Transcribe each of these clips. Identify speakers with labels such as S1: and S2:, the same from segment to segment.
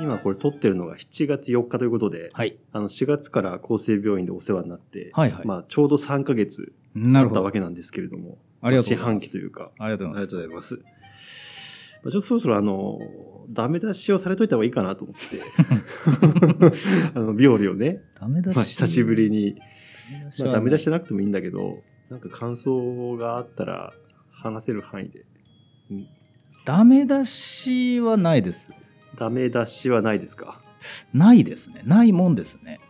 S1: 今これ撮ってるのが7月4日ということで、
S2: はい。
S1: あの4月から厚生病院でお世話になって、
S2: はいはい
S1: まあ、ちょうど3ヶ月だ
S2: なる
S1: っ
S2: ほ
S1: た
S2: ど。
S1: わけなんですけれども、
S2: ありがとう
S1: 四
S2: ござい
S1: 半
S2: ま
S1: 期
S2: す。
S1: というか、
S2: ありがとう
S1: あ
S2: ご
S1: り
S2: ざい
S1: が
S2: ま
S1: と
S2: す。
S1: うございます。まあちょっとそろそろあの、ダメ出しをされといた方がいいかなと思 って、 あの、ビオリをね、
S2: ダメ出し。
S1: まあ、久しぶり
S2: に。
S1: に、まあ、
S2: ダ
S1: ダ
S2: メ
S1: メ
S2: 出
S1: 出
S2: し
S1: しじゃなくてもいいんだけど、なんか感想があったら話せる範囲で。
S2: は。ダメ出しはないです。
S1: ダメ出しはないですか
S2: ないですね。ないもんですね。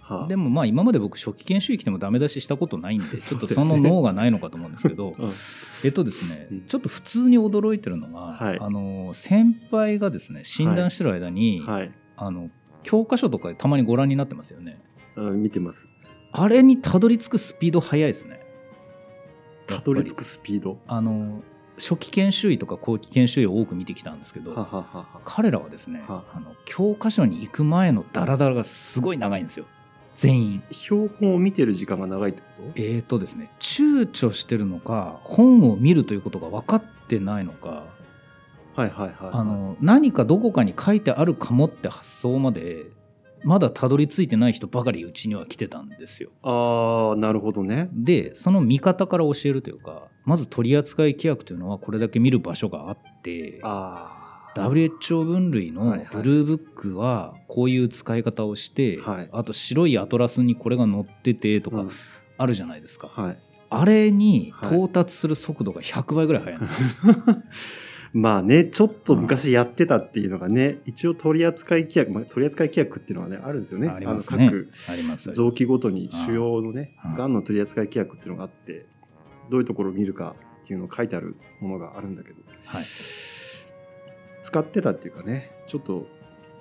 S1: はあ、
S2: でもまあ今まで僕初期研修医来てもダメ出ししたことない んで、ちょっと
S1: そう
S2: そ
S1: ですね
S2: の脳がないのかと思うんです けど、
S1: うん
S2: えっとですね
S1: うん、
S2: ちょっと普通に驚いてるのが、
S1: はい
S2: あの、先輩がですね、診断してる間に、
S1: はい、
S2: あの、教科書とかでたまにご覧になってますよね。
S1: うん見てます。
S2: あれにたどり着くスピード早いですね。や
S1: た
S2: っぱ
S1: ど
S2: り
S1: り着くスピード。
S2: あの初期研修医とか後期研修医を多く見てきたんですけど、
S1: はははは
S2: 彼らはですね、
S1: は
S2: あの教科書に行く前のダラダラがすごい長いんですよ全員
S1: 標本を見てる時間が長いってこと
S2: えーとですね躊躇してるのか本を見るということが分かってないのか
S1: はいはいはいはい。
S2: あの何かどこかに書いてあるかもって発想までまだたどり着いてない人ばかりうちには来てたんですよ
S1: あー、なるほどね。
S2: でその見方から教えるというかまず取扱規約というのはこれだけ見る場所があって
S1: あー。
S2: WHO 分
S1: は
S2: 類
S1: い
S2: の
S1: はい
S2: ブルーブックはこういう使い方をして、
S1: はい
S2: あと白いアトラスにこれが載っててと
S1: う
S2: か
S1: ん
S2: あるじゃないですか、
S1: はい。
S2: あれに
S1: はい
S2: 到達する速度が100倍ぐらい速いんですよ、
S1: まあね、ちょっと昔やってたっていうのがね、一応取扱規約、まあ、取扱規約っていうのがね、あるんですよね。
S2: ありますね
S1: あの
S2: あります
S1: 各臓器ごとに主要のね
S2: うん、
S1: がんの取扱規約っていうのがあって、どういうところを見るかっていうのを書いてあるものがあるんだけど、
S2: はい
S1: 使ってたっていうかね、ちょっと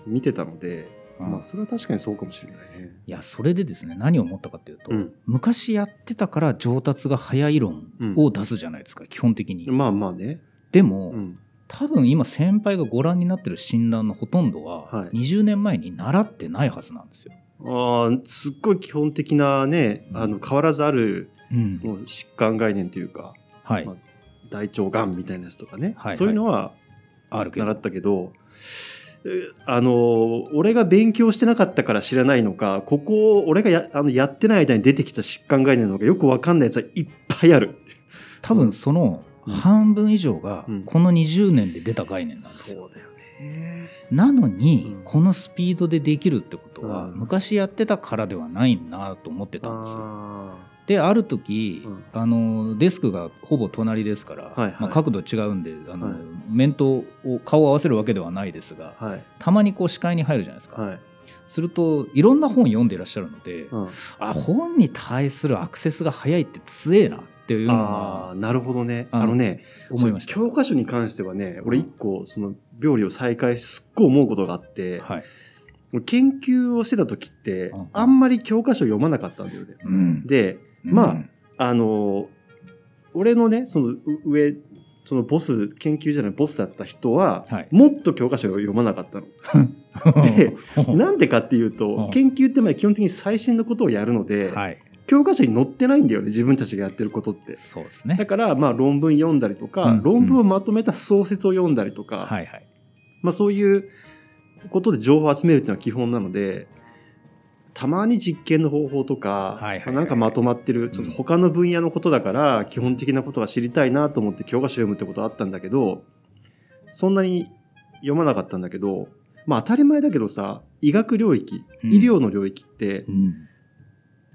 S1: 見てたので、
S2: うん
S1: まあそれは確かにそうかもしれないね。
S2: いやそれでですね何を思ったかというと、
S1: うん
S2: 昔やってたから上達が早い論を出すじゃないですか、基本的に、
S1: まあまあね。
S2: でも、
S1: うん。
S2: 多分今先輩がご覧になってる診断のほとんど
S1: は
S2: はい20年前に習ってないはずなんですよ、
S1: ああ、すっごい基本的なね、あの変わらずある
S2: うん
S1: その疾患概念というか、
S2: はい、
S1: ま大腸がんみたいなやつとかね、
S2: はいはい
S1: そういうのは
S2: あるけど
S1: 習ったけど、えあの俺が勉強してなかったから知らないのかここを俺がやあのやってない間に出てきた疾患概念の方がよくわかんないやつはいっぱいある
S2: 多分その
S1: うん
S2: 半分以上が
S1: うん
S2: この20年で出た概念なんですよ、
S1: そうだよね
S2: なのに
S1: うん
S2: このスピードでできるってことは
S1: うん
S2: 昔やってたからではないなと思ってたんですよ
S1: あ
S2: である時、
S1: うん
S2: あのデスクがほぼ隣ですから、
S1: いはい
S2: まあ、角度違うんであの、
S1: はい
S2: 面とを顔を合わせるわけではないですが
S1: ーはい
S2: たまにこう視界に入るじゃないですか、
S1: はい、
S2: するといろんな本読んでいらっしゃるので、
S1: うん、
S2: あ本に対するアクセスが早いって強えなっていうの
S1: あ
S2: が
S1: あなるほどね
S2: あの
S1: あのね
S2: 思いました。
S1: 教科書に関してはね俺一個その病理を再開すっごい思うことがあって、
S2: はい
S1: 研究をしてた時って
S2: うん
S1: あんまり教科書読まなかったんだよね
S2: うん、
S1: でまああの、俺のね、そのう上、そのボス、研究所のボスだった人は、
S2: あ、はい、
S1: もっと教科書を読まなかったの。 でなんでかっていう
S2: う
S1: と
S2: ん、
S1: 研究ってまあ基本的に最新のことをやるので、
S2: はい、
S1: 教科書に載ってないんだよね、自分たちがやってることって。
S2: そうです
S1: だ
S2: ね。
S1: から、まあ論文読んだりとか、
S2: うん
S1: 論文をまとめた小説を読んだりとか、
S2: はいはい。
S1: まあそういうことで情報を集めるっていうのは基本なので、たまに実験の方法とか、
S2: はいはいはいはい
S1: なんかまとまってる、ちょっと他の分野のことだから、基本的なことが知りたいなと思って教科書読むってことあったんだけど、そんなに読まなかったんだけど、まあ当たり前だけどさ、医学領域、
S2: うん
S1: 医療の領域って、
S2: うん、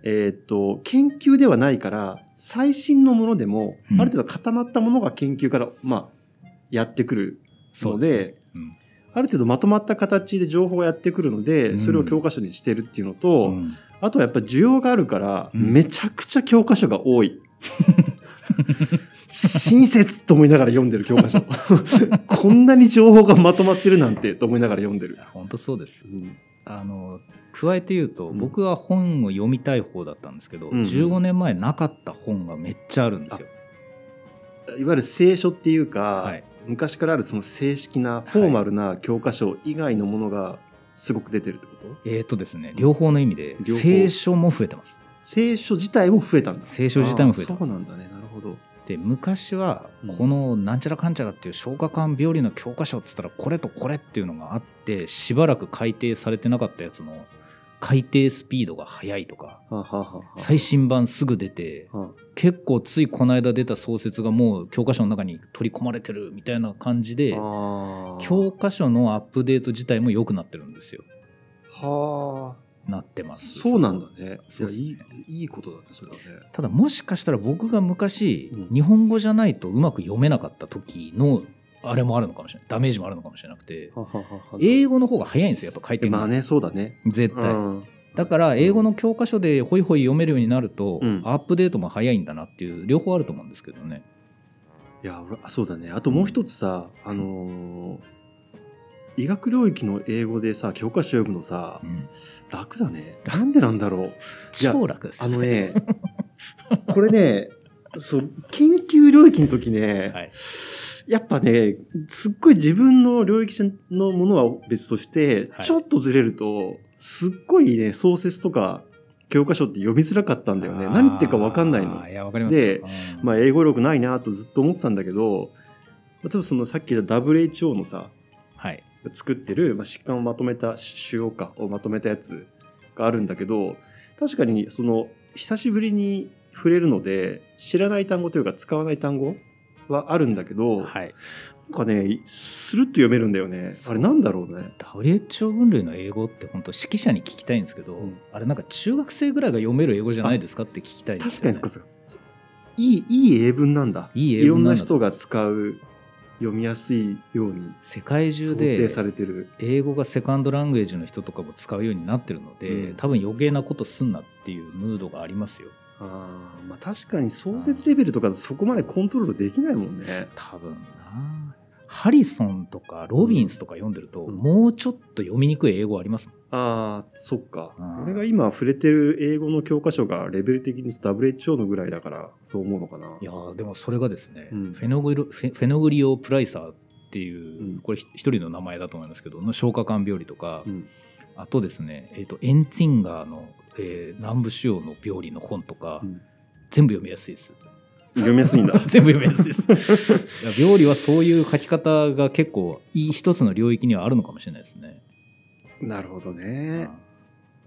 S1: えーっと、研究ではないから、最新のものでも
S2: う、ん
S1: ある程度固まったものが研究から、まあ、やってくる
S2: そ
S1: の
S2: うです
S1: で、
S2: ね。うん
S1: ある程度まとまった形で情報がやってくるの
S2: う
S1: で、
S2: ん
S1: それを教科書にしてるっていうのと、
S2: うん
S1: あとはやっぱ需要があるから、
S2: うん
S1: めちゃくちゃ教科書が多 い。親切と思いながら読んでる教科書。 こんなに情報がまとまってるなんてと思いながら読んで
S2: い
S1: る。
S2: や本当そうです
S1: う。ん
S2: あの加えて言うと、
S1: うん
S2: 僕は本を読みたい方だったんですけど、
S1: うん
S2: 15年前なかった本がめっちゃあるんですよ。
S1: いわゆる聖書っていうか、
S2: はい、
S1: 昔からあるその正式なフォーマルな教科書以外のものがすごく出てるってこと、
S2: えっ、とですね、両方の意味で
S1: 両方
S2: 聖書も増えてます。
S1: 聖書自体も増えたんだ。
S2: 聖書自体も増えて
S1: あそ
S2: ま
S1: う
S2: す
S1: な。んだね。なるほど。
S2: で昔はこのなんちゃらかんちゃらっていう消化管病理の教科書っつったらこれとこれっていうのがあってしばらく改訂されてなかったやつの改訂スピードが速いとか
S1: はあはあはあはあ
S2: 最新版すぐ出て
S1: は
S2: 結構ついこの間出た創設がもう教科書の中に取り込まれてるみたいな感じで
S1: ああ
S2: 教科書のアップデート自体も良くなってるんですよ
S1: は
S2: なって
S1: あ
S2: ます
S1: そうなんだねい
S2: そう
S1: やい
S2: っすね
S1: いいいことだねそれはね
S2: ただもしかしたら僕が昔、
S1: うん
S2: 日本語じゃないとうまく読めなかった時のあれもあるのかもしれないダメージもあるのかもしれなくて
S1: はあはあはあはあ
S2: 英語の方が早いんですよやっぱ回転が、
S1: まあねそうだね
S2: 絶対、
S1: うん
S2: だから英語の教科書でホイホイ読めるようになると、
S1: うん
S2: アップデートも早いんだなっていう両方あると思うんですけどね
S1: いや俺あそうだねあともう一つさ、あのー医学領域の英語でさ教科書読むのさ、
S2: うん
S1: 楽だねなんでなんだろういや
S2: 超楽です
S1: あ
S2: よ
S1: のね これねそう研究領域の時ね、
S2: はい
S1: やっぱねすっごい自分の領域のものは別として、
S2: はい
S1: ちょっとずれるとすっごいね創設とか教科書って読みづらかったんだよね何言ってるか分かんないの
S2: あーいや分かりますよ
S1: で
S2: うん
S1: まあ、英語力ないなとずっと思ってたんだけど、まあ、例えばそのさっき言った WHO のさ
S2: はい
S1: 作ってる、まあ、疾患をまとめた腫瘍かをまとめたやつがあるんだけど確かにその久しぶりに触れるので知らない単語というか使わない単語はあるんだけど、
S2: はい
S1: なんかねスルッと読めるんだよね
S2: そう
S1: あれなんだろうね
S2: WHO 分類の英語って本当指揮者に聞きたいんですけど、
S1: うん
S2: あれなんか中学生ぐらいが読める英語じゃないですかって聞きたいんで
S1: 確
S2: す
S1: か
S2: よ、
S1: に
S2: ね、
S1: そうかいいいい英文なんだ
S2: いい
S1: い
S2: 英
S1: ろ
S2: 語
S1: ん
S2: な
S1: なん
S2: だと
S1: 人が使う読みやすいように
S2: 世界中
S1: 想
S2: で
S1: 定されてる
S2: 英語がセカンドラングエージの人とかも使うようになってるので、
S1: うん
S2: 多分余計なことすんなっていうムードがありますよ
S1: あーまあ確かに創設レベルとかそこまでコントロールできないもんね。
S2: 多分なハリソンとかロビンスとか読んでると、
S1: うん
S2: もうちょっと読みにくい英語ありますもん
S1: ああ、そっか
S2: うん。
S1: 俺が今触れてる英語の教科書がレベル的に WHO のぐらいだからそう思うのかな。
S2: いやーでもそれがですね、
S1: うん
S2: フェノグリフェフェノグリオ・プライサーってい
S1: う
S2: う、
S1: ん
S2: これひ一人の名前だと思いますけどの消化管病理とか、
S1: うん
S2: あとですね、えー、とエンツィンガーの、えー南部腫瘍の病理の本とか、
S1: うん
S2: 全部読みやすいです
S1: 読みやすいんだ。
S2: 全部読みやすいですいや病理はそういう書き方が結構いい一つの領域にはあるのかもしれないですね。
S1: なるほど
S2: うん
S1: ね。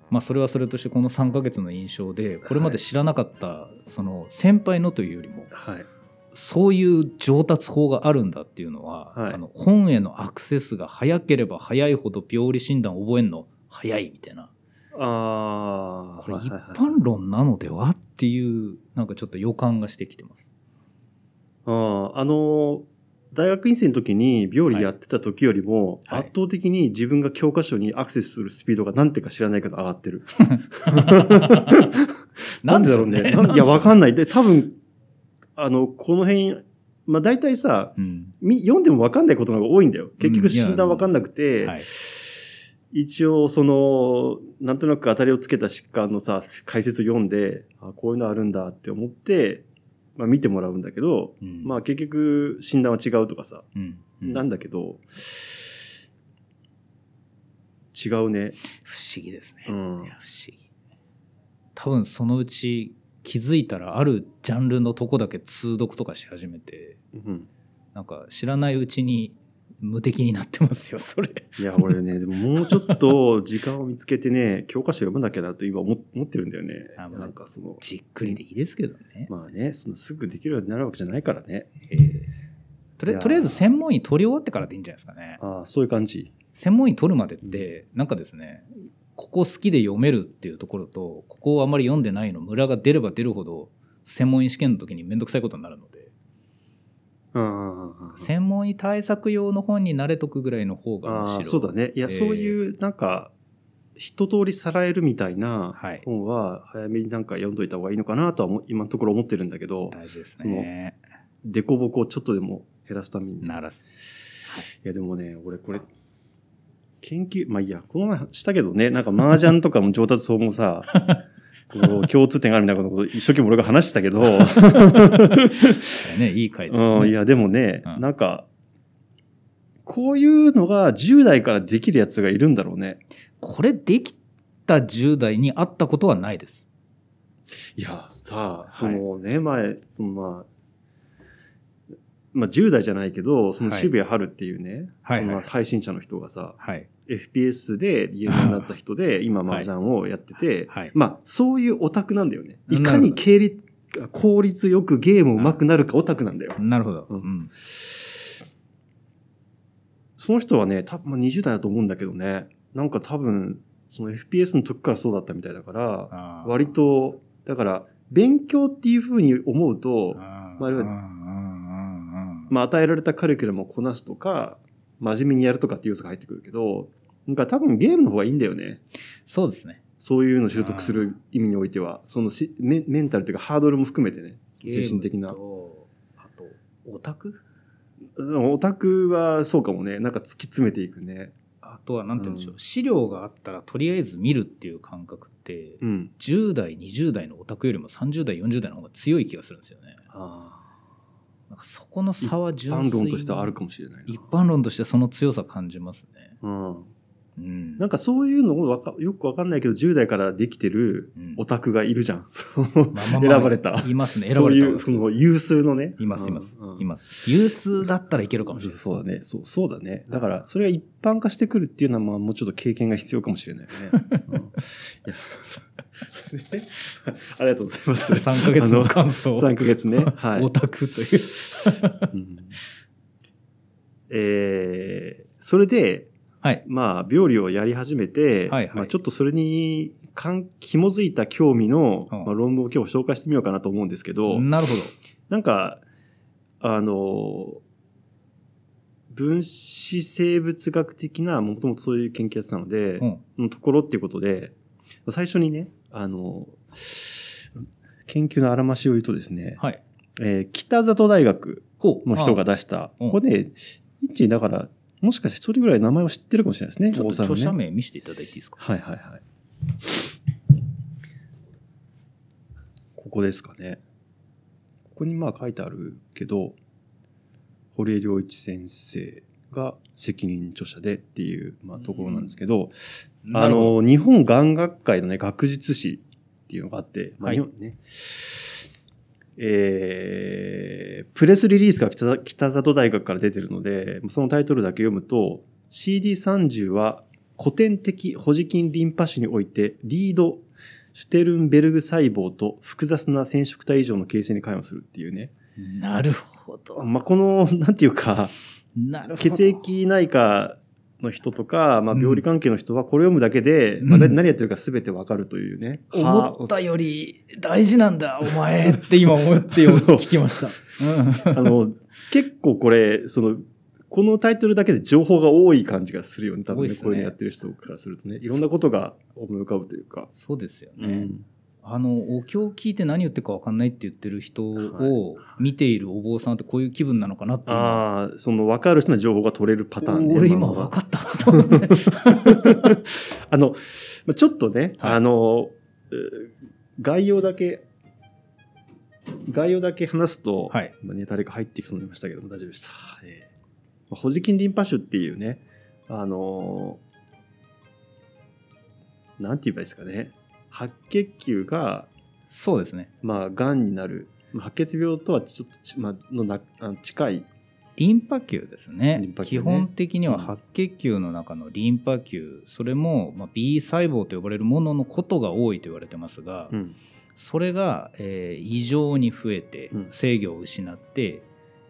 S2: まあ、それはそれとしてこの3ヶ月の印象でこれまで知らなかった、その先輩のというよりも
S1: はい。
S2: そういう上達法があるんだっていうのは、
S1: はい
S2: あの本へのアクセスが早ければ早いほど病理診断を覚えるの早いみたいな
S1: ああ、
S2: これ
S1: はい
S2: 一
S1: はいはい
S2: 般論なのではっていうなんかちょっと予感がしてきて ます。
S1: あーあのー、大学院生の時に病理やってた時よりも、
S2: はい
S1: 圧倒的に自分が教科書にアクセスするスピードが何てか知らないけど上がってる。なんでだろうね。
S2: なんでしょう
S1: いや、わかんない。で、多分、あの、この辺、まあ大体さ、
S2: うん
S1: み読んでもわかんないことの方が多いんだよ。結
S2: う
S1: 局
S2: んいや
S1: 診断わかんなくて、
S2: はい
S1: 一応その、なんとなく当たりをつけた疾患のさ、解説を読んで、あ、こういうのあるんだって思って、まあ見てもらうんだけど、
S2: うん
S1: まあ結局診断は違うとかさ、
S2: うんうん
S1: なんだけど、違うね。
S2: 不思議ですね、
S1: うん
S2: いや不思議多分そのうち気づいたらあるジャンルのとこだけ通読とかし始めて
S1: うん。
S2: なんか知らないうちに無敵になってますよそれ
S1: いや、俺 ね、でももうちょっと時間を見つけてね、教科書読まなきゃなと今思思ってるんだよね。
S2: あまあ
S1: なんかその、
S2: じっくりでいいですけどね、
S1: まあね、そのすぐできるようになるわけじゃないからね。
S2: えーと
S1: い
S2: り
S1: やー
S2: とりあえず専門医取り終わってからでいいんじゃないですかね
S1: ああ、そういう感じ。
S2: 専門医取るまでってなんかですねここ好きで読めるっていうところとここをあまり読んでないのムラが出れば出るほど専門医試験の時にめんどくさいことになるので
S1: うん。
S2: 専門医対策用の本に慣れとくぐらいの方が
S1: あ
S2: むし
S1: あ、
S2: ろ
S1: そうだね。いや、
S2: えー
S1: そういう、なんか、一通りさらえるみたいな
S2: はい
S1: 本は、早めになんか読んどいた方がいいのかなとは思今のところ思ってるんだけど、
S2: 大事ですね
S1: 凸凹をちょっとでも減らすために。
S2: ならす
S1: いやでもね、俺これ、研究、まあいいや、この前したけどね、なんか麻雀とかも上達法も さ、こう共通点があるみたいなこと一生懸命俺が話してたけど、
S2: ねいい回です
S1: うん、い
S2: ね
S1: やでもね、
S2: うん
S1: なんか、こういうのが10代からできるやつがいるんだろうね。
S2: これできた10代にあったことはないです
S1: いや、さあ、
S2: い
S1: そのね、前、そのまあ、まあ、10代じゃないけど、その
S2: はい
S1: 渋谷春っていうね、
S2: はいはい
S1: その配信者の人がさ、
S2: はい。
S1: FPS で有名になった人で、今麻雀をやってて、
S2: はい。
S1: まあ、そういうオタクなんだよね。
S2: ないる
S1: かに経理効率よくゲーム上手くなるかオタクなんだよ。
S2: なるほど。
S1: う
S2: うんん。
S1: その人はね、多分まあ20代だと思うんだけどね、なんか多分、その FPS の時からそうだったみたいだから、
S2: あー
S1: 割、と、だから、勉強っていうふうに思うと、
S2: あ
S1: ま
S2: ー
S1: ああれは
S2: うんうんうんうん
S1: まあ、与えられたカリキュラムをこなすとか、真面目にやるとかっていう要素が入ってくるけど、なんか多分ゲームの方がいいんだよね。
S2: そうですね。
S1: そういうのを習得する意味においては、そのしメメンタルというかハードルも含めてね、精神的な
S3: ゲーム。とあと、オタク
S1: うんオタクはそうかもね、なんか突き詰めていくね。
S2: あとは、なんて言うんでしょ
S1: う
S2: う。資料があったら、とりあえず見るっていう感覚って、
S1: うん。
S2: 10代、20代のオタクよりも30代、40代の方が強い気がするんですよね。
S1: あ
S2: なんかそこの差は純
S1: 論
S2: 粋に
S1: としてはあるかもしれないな
S2: 一般論としてその強さ感じますね。
S1: うん。
S2: うん。
S1: なんかそういうのをわかよくわかんないけど、10代からできてる
S2: うん
S1: オタクがいるじゃん。 その
S2: まあまあまあ
S1: 選ばれた。
S2: いますね、選
S1: そ
S2: ば
S1: う
S2: れ
S1: いう、
S2: た。
S1: その有数のね。
S2: います、います
S1: うんう、ん
S2: います。有数だったらいけるかもしれない。
S1: そうだね。そう、そうだね。だから、それが一般化してくるっていうのは、まあ、もうちょっと経験が必要かもしれないよ ね。うんいや、そう そうねありがとうございます。
S2: 3ヶ月の感想。
S1: 3ヶ月 ね。はい。
S2: オタクという。
S1: うんえーそれで、
S2: はい。
S1: まあ、病理をやり始めて、
S2: はいはい
S1: まあ、ちょっとそれに関、紐づいた興味の、
S2: うん
S1: まあ、論文を今日紹介してみようかなと思うんですけど、
S2: なるほど。
S1: なんか、あの、分子生物学的な、もともとそういう研究やってたので、
S2: うん。
S1: のところっていうことで、最初にね、あの、研究のあらましを言うとですね、
S2: はい。
S1: えー北里大学
S2: こう。
S1: の人
S2: あ
S1: が出した、
S2: うん
S1: ここで、一致だから、もしかして一人ぐらい名前を知ってるかもしれないです
S2: ち
S1: ね、
S2: ょっと
S1: 大沢
S2: 著
S1: のね
S2: 者名見せていただいていいですか
S1: はいはいはい。ここですかね。ここにまあ書いてあるけど、堀江良一先生が責任著者でっていう、まあ、ところなんですけど、あ、の、日本眼学会のね、学術誌っていうのがあって、まあ、
S2: はい
S1: 日本ね、えー、プレスリリースが北北里大学から出てるので、そのタイトルだけ読むと、CD30 は古典的保持菌リンパ腫において、リード、シュテルンベルグ細胞と複雑な染色体異常の形成に関与するっていうね。
S2: なるほど。
S1: まあ、この、なんていうか、
S2: なるほど。
S1: 血液内科の人とか、まあ、
S2: うん
S1: 病理関係の人はこれ読むだけで、まあ、
S2: うん
S1: 何何やってるか全てわかるというね。は
S2: 思ったより大事なんだ、お前って今思ってよ、
S1: そう
S2: 聞きました。うん。
S1: あの、結構これ、その、このタイトルだけで情報が多い感じがするよね。多分ね、
S2: 多いっすね
S1: こういうのやってる人からするとね。いろんなことが思い浮かぶというか。
S2: そうですよ
S1: う
S2: ね。
S1: ん。
S2: あのお経を聞いて何言ってるか分かんないって言ってる人を見ているお坊さんってこういう気分なのかなっていうのは
S1: ああ、その、わかる人の情報が取れるパターンね
S2: 俺
S1: ま
S2: 今
S1: あまあ
S2: 分かったと 思って
S1: あの、まあちょっとね、
S2: はい
S1: あの、えー概要だけ、概要だけ話すと、
S2: はい
S1: まあね、誰か入ってきそうになりましたけども大丈夫でした。えーまあ、ホジキンリンパ腫っていうね、あのーなんて言えばいいですかね、白血球が、
S2: そうですね
S1: まあ、癌になる、まあ白血病とはちょっとち、まあ、のなあの近い、
S2: リンパ球ですね
S1: リンパ球ね
S2: 基本的には白血球の中のリンパ球それもまあ B 細胞と呼ばれるもののことが多いと言われてますが、
S1: うん
S2: それが、えー異常に増えて
S1: うん
S2: 制御を失って、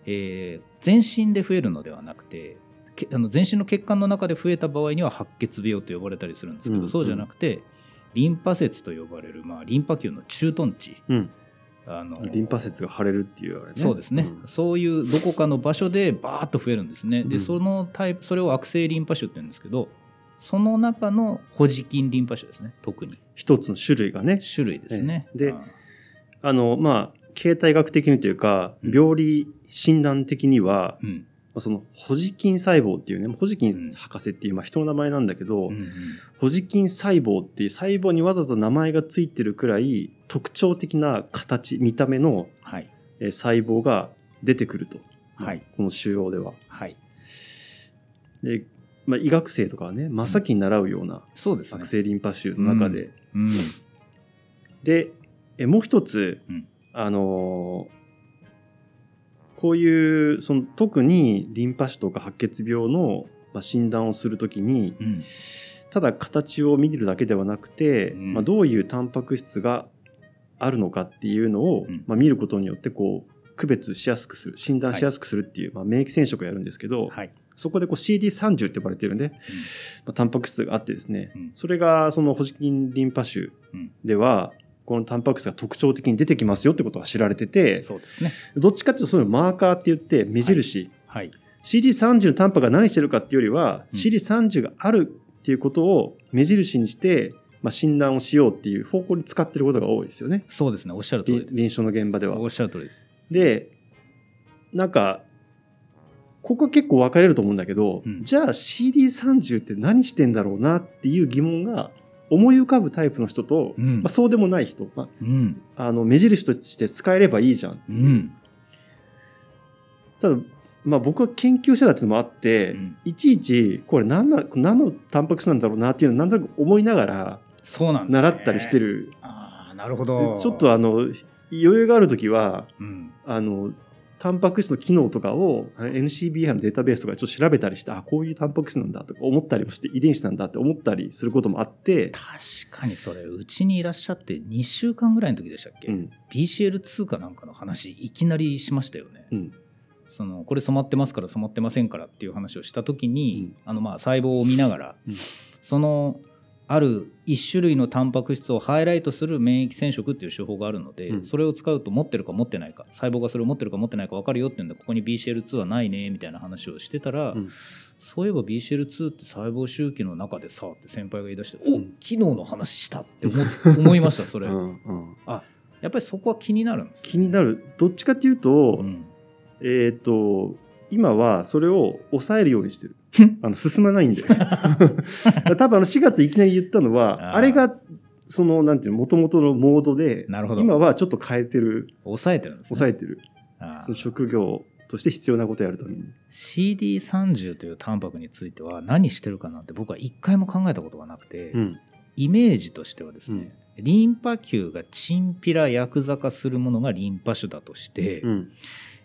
S2: えー全身で増えるのではなくてけあの全身の血管の中で増えた場合には白血病と呼ばれたりするんですけど、
S1: うん
S2: そうじゃなくてリンパ節と呼ばれる、まあ、リンパ球の駐屯地
S1: うん
S2: あの
S1: リンパ節が腫れるっていうあれね。
S2: そうですね、
S1: ん
S2: そういうどこかの場所でバーッと増えるんですね、
S1: う
S2: で
S1: ん
S2: そのタイプそれを悪性リンパ腫って言うんですけどその中のホジキンリンパ腫ですね特に
S1: 一つの種類がね、
S2: 種類ですね、
S1: ええで
S2: うん
S1: あの、まあ、形態学的にというか、
S2: うん
S1: 病理診断的には、
S2: うん
S1: その、ホジキン細胞っていうね、ホジキ
S2: う
S1: ン
S2: ん
S1: 博士っていう、まあ、人の名前なんだけど、
S2: うんうん
S1: ホジキン細胞っていう細胞にわざと名前がついてるくらい、特徴的な形、見た目の
S2: はい
S1: えー細胞が出てくると。
S2: はい
S1: この腫瘍では。
S2: はい
S1: で、まあ、医学生とかはね、真っ先に習うような
S2: そうですね
S1: 悪。性リンパ腫の中で、
S2: うん。
S1: で、えもう一つ、
S2: うん
S1: あのーこういうその特にリンパ腫とか白血病のまあ診断をするときに
S2: うん
S1: ただ形を見るだけではなくて、
S2: うん
S1: まあ、どういうタンパク質があるのかっていうのを、
S2: うん
S1: まあ、見ることによってこう区別しやすくする診断しやすくするっていう、まあ、免疫染色をやるんですけど、
S2: はい
S1: そこでこう CD30 って呼ばれてるんで、まあ、タンパク質があってですね、
S2: うん
S1: それがそのホジキンリンパ腫では、このタンパク質が特徴的に出てきますよってことが知られてて
S2: そうですね
S1: どっちかっていうとそういうマーカーって言って目印、
S2: はい
S1: CD30 のタンパクが何してるかっていうよりは、
S2: うん
S1: CD30 があるっていうことを目印にして、まあ、診断をしようっていう方向に使ってることが多いですよね
S2: そうですねおっしゃる通
S1: り
S2: り
S1: 臨
S2: です
S1: 床の現場では
S2: おっしゃる通りです
S1: でなんかここは結構分かれると思うんだけど、
S2: うん
S1: じゃあ CD30 って何してんだろうなっていう疑問が思い浮かぶタイプの人と、
S2: うん
S1: まあ、そうでもない人、ま
S2: うん
S1: あ、あの目印として使えればいいじゃん
S2: うん
S1: ただ、まあ、僕は研究者だっていうのもあって、
S2: うん
S1: いちいちこれ何な何のタンパク質なんだろうなっていうのをなんとなく思いながら
S2: そうなんですね
S1: 習ったりしてる、
S2: ああなるほ
S1: で
S2: ど
S1: ちょっとあの余裕がある時は
S2: うん
S1: あのタンパク質の機能とかを NCBI のデータベースとかでちょっと調べたりしてあこういうタンパク質なんだとか思ったりもして遺伝子なんだって思ったりすることもあって、
S2: 確かにそれうちにいらっしゃって2週間ぐらいの時でしたっけ、
S1: うん
S2: BCL2 かなんかの話いきなりしましたよね、
S1: うん
S2: そのこれ染まってますから染まってませんからっていう話をした時に、あのまあ細胞を見ながら、
S1: うん
S2: そのある1種類のタンパク質をハイライトする免疫染色っていう手法があるので、
S1: うん
S2: それを使うと持ってるか持ってないか細胞がそれを持ってるか持ってないか分かるよっていうんでここに BCL2 はないねみたいな話をしてたら、
S1: うん
S2: そういえば BCL2 って細胞周期の中でさって先輩が言い出して、お機能の話したって思思いましたそれ、
S1: うんうん
S2: やっぱりそこは気になるんですね、
S1: 気になるどっちかっていうと、
S2: うん
S1: えっ、と今はそれを抑えるように してるあの進まないんで多分あの4月いきなり言ったのは
S2: あー
S1: あれがそのなんていうのもともとのモードで
S2: なるほど
S1: 今はちょっと変えてる
S2: 抑えてるんですね
S1: 抑えてる
S2: あ
S1: その
S2: ー
S1: 職業として必要なことをやるために
S2: CD30 というタンパクについては何してるかなんて僕は一回も考えたことがなくて、
S1: うん
S2: イメージとしてはですね、リンパ球がチンピラヤクザ化するものがリンパ腫だとして、
S1: うん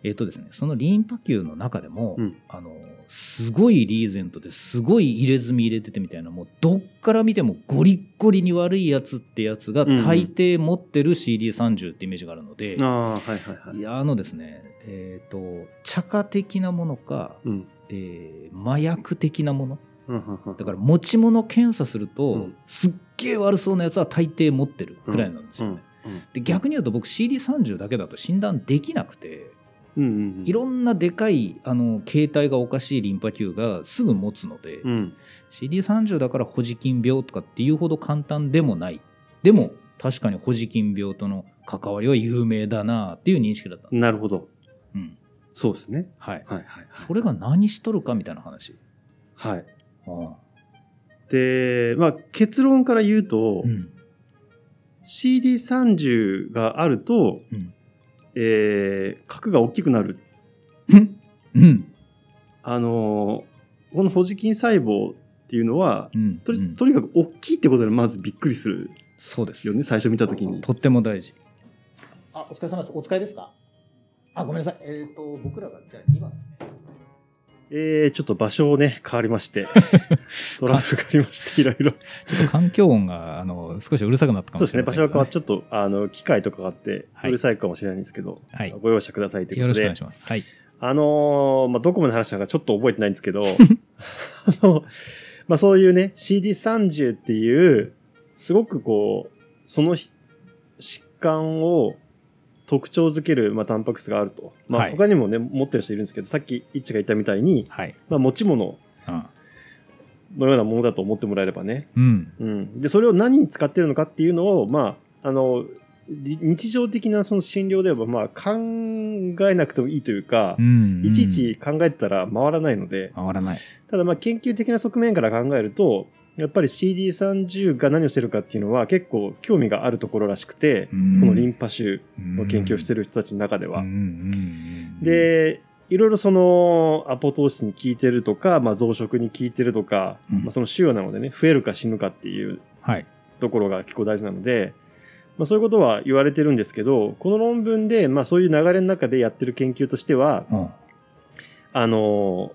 S2: えっとですね、そのリンパ球の中でも、
S1: うん
S2: あのすごいリーゼントですごい入れ墨入れててみたいなもうどっから見てもゴリッゴリに悪いやつってやつが
S1: うんうん
S2: 大抵持ってる CD30 ってイメージがあるので、
S1: ああはいはいはい
S2: いやあのですねえっ、と茶化的なものか、
S1: うん
S2: えー麻薬的なもの
S1: うんうんうん
S2: だから持ち物検査すると、
S1: うん
S2: すっげえ悪そうなやつは大抵持ってるくらいなんですよね。で逆に言うと僕 CD30 だけだと診断できなくて。
S1: うんうんうんうん
S2: いろんなでかいあの形態がおかしいリンパ球がすぐ持つので、
S1: うん
S2: CD30 だからホジキン病とかっていうほど簡単でもないでも確かにホジキン病との関わりは有名だなっていう認識だったんです、
S1: なるほど
S2: うん
S1: そうですね
S2: はい、
S1: はいはい
S2: それが何しとるかみたいな話
S1: はい、はい、
S2: ああ
S1: でまあ結論から言うと、
S2: うん、
S1: CD30 があると、
S2: うん
S1: えー核が大きくなる。
S2: うん
S1: あのーこのホジキン細胞っていうのは、
S2: うん
S1: とり,、
S2: うん
S1: とにかく大きいってことでまずびっくりする
S2: そうです
S1: よね、最初見たときに。
S2: とっても大事あお疲れ様ですお使いですかあごめんなさいえっ、と僕らがじゃあ2番ですね
S1: えー、ちょっと場所をね、変わりま して、トラブルがありまして、いろいろ。
S2: ちょっと環境音があの少しうるさくなったか
S1: そうで
S2: もし
S1: す
S2: れ
S1: ね、
S2: ま
S1: 場
S2: せん
S1: 所が変わっ
S2: ね
S1: ちょっと、あの、機械とかがあって、
S2: はいう
S1: るさいかもしれないんですけど、
S2: はい
S1: ご容赦くださいという
S2: よ
S1: こと
S2: ろしくお願
S1: で
S2: い、します。はい。
S1: あのーまあ、どこまで話したのかちょっと覚えてないんです けど、あの、まあ、そういうね、CD30 っていう、すごくこう、そのひ疾患を特徴づける、まあ、タンパク質があると。ま
S2: は
S1: あ、
S2: い
S1: 他にもね、持ってる人いるんですけど、さっき、イッチが言ったみたいに、
S2: はい。
S1: まあ、持ち物
S2: うん。
S1: のようなものだと思ってもらえればね。
S2: うん。
S1: うん。で、それを何に使ってるのかっていうのを、まあ、あの、り日常的なその診療では、まあ、考えなくてもいいというか、
S2: うん
S1: いちいち考えてたら回らないので、
S2: 回らない。
S1: ただまあ研究的な側面から考えると、やっぱり CD30 が何をしてるかっていうのは結構興味があるところらしくて、このリンパ腫の研究をしてる
S2: る
S1: 人たちの中では。
S2: ん
S1: で、いろいろそのアポトーシスに効いてるとか、まあ、増殖に効いてるとか、
S2: うん
S1: まあ、その腫瘍なのでね、増えるか死ぬかっていう
S2: はい。
S1: ところが結構大事なので、まあ、そういうことは言われてるんですけどこの論文で、まあ、そういう流れの中でやってる研究としては
S2: うん
S1: あの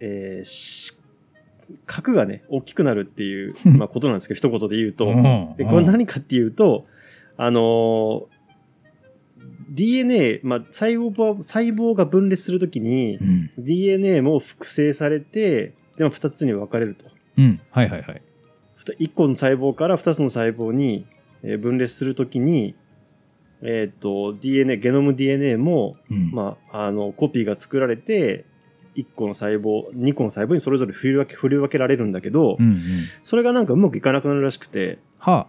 S1: えーし核がね大きくなるっていう まあことなんですけど一言で言うと、
S2: うん
S1: でこれ何かっていうと、あのー DNA、まあ、細胞細胞が分裂するときに
S2: う、ん
S1: DNA も複製されて、でも2つに分かれると。
S2: うんはいはいはい
S1: 1個の細胞から2つの細胞にえー分裂するときに、えっ、と、DNA、ゲノム DNA も、
S2: うん
S1: まあ、あの、コピーが作られて、1個の細胞、2個の細胞にそれぞれ振り分け、振り分けられるんだけど、
S2: うんうん
S1: それがなんかうまくいかなくなるらしくて、
S2: は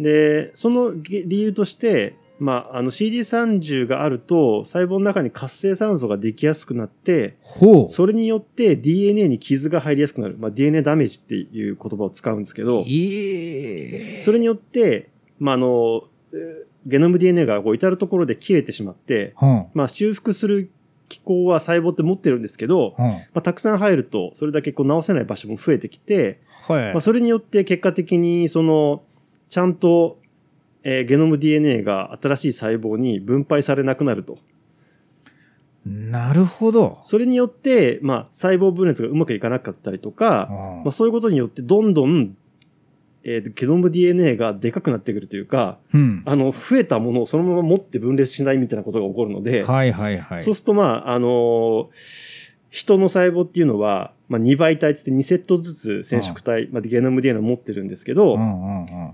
S1: で、そのげ理由として、まあ、あの CD30 があると細胞の中に活性酸素ができやすくなって
S2: あ、ほう
S1: それによって DNA に傷が入りやすくなる。まあ、DNA ダメージっていう言葉を使うんですけど、
S2: ええ
S1: それによって、まあ、あの、えーゲノム DNA がこう至るところで切れてしまって、
S2: うん
S1: まあ、修復する機構は細胞って持ってるんですけど、
S2: うん
S1: まあ、たくさん入ると、それだけこう直せない場所も増えてきて、
S2: はい
S1: まあ、それによって結果的にそのちゃんと、えーゲノム DNA が新しい細胞に分配されなくなると
S2: なるほど
S1: それによって、まあ、細胞分裂がうまくいかなかったりと
S2: う
S1: か、
S2: ん
S1: まあ、そういうことによってどんどん、えーゲノム DNA がでかくなってくるというか
S2: うん
S1: あの増えたものをそのまま持って分裂しないみたいなことが起こるので、
S2: はいはいはい
S1: そうするとまああのー人の細胞っていうのは、まあ、2倍体っつって2セットずつ染色体、まあ、ゲノム DNA を持ってるんですけど、
S2: うんうんうん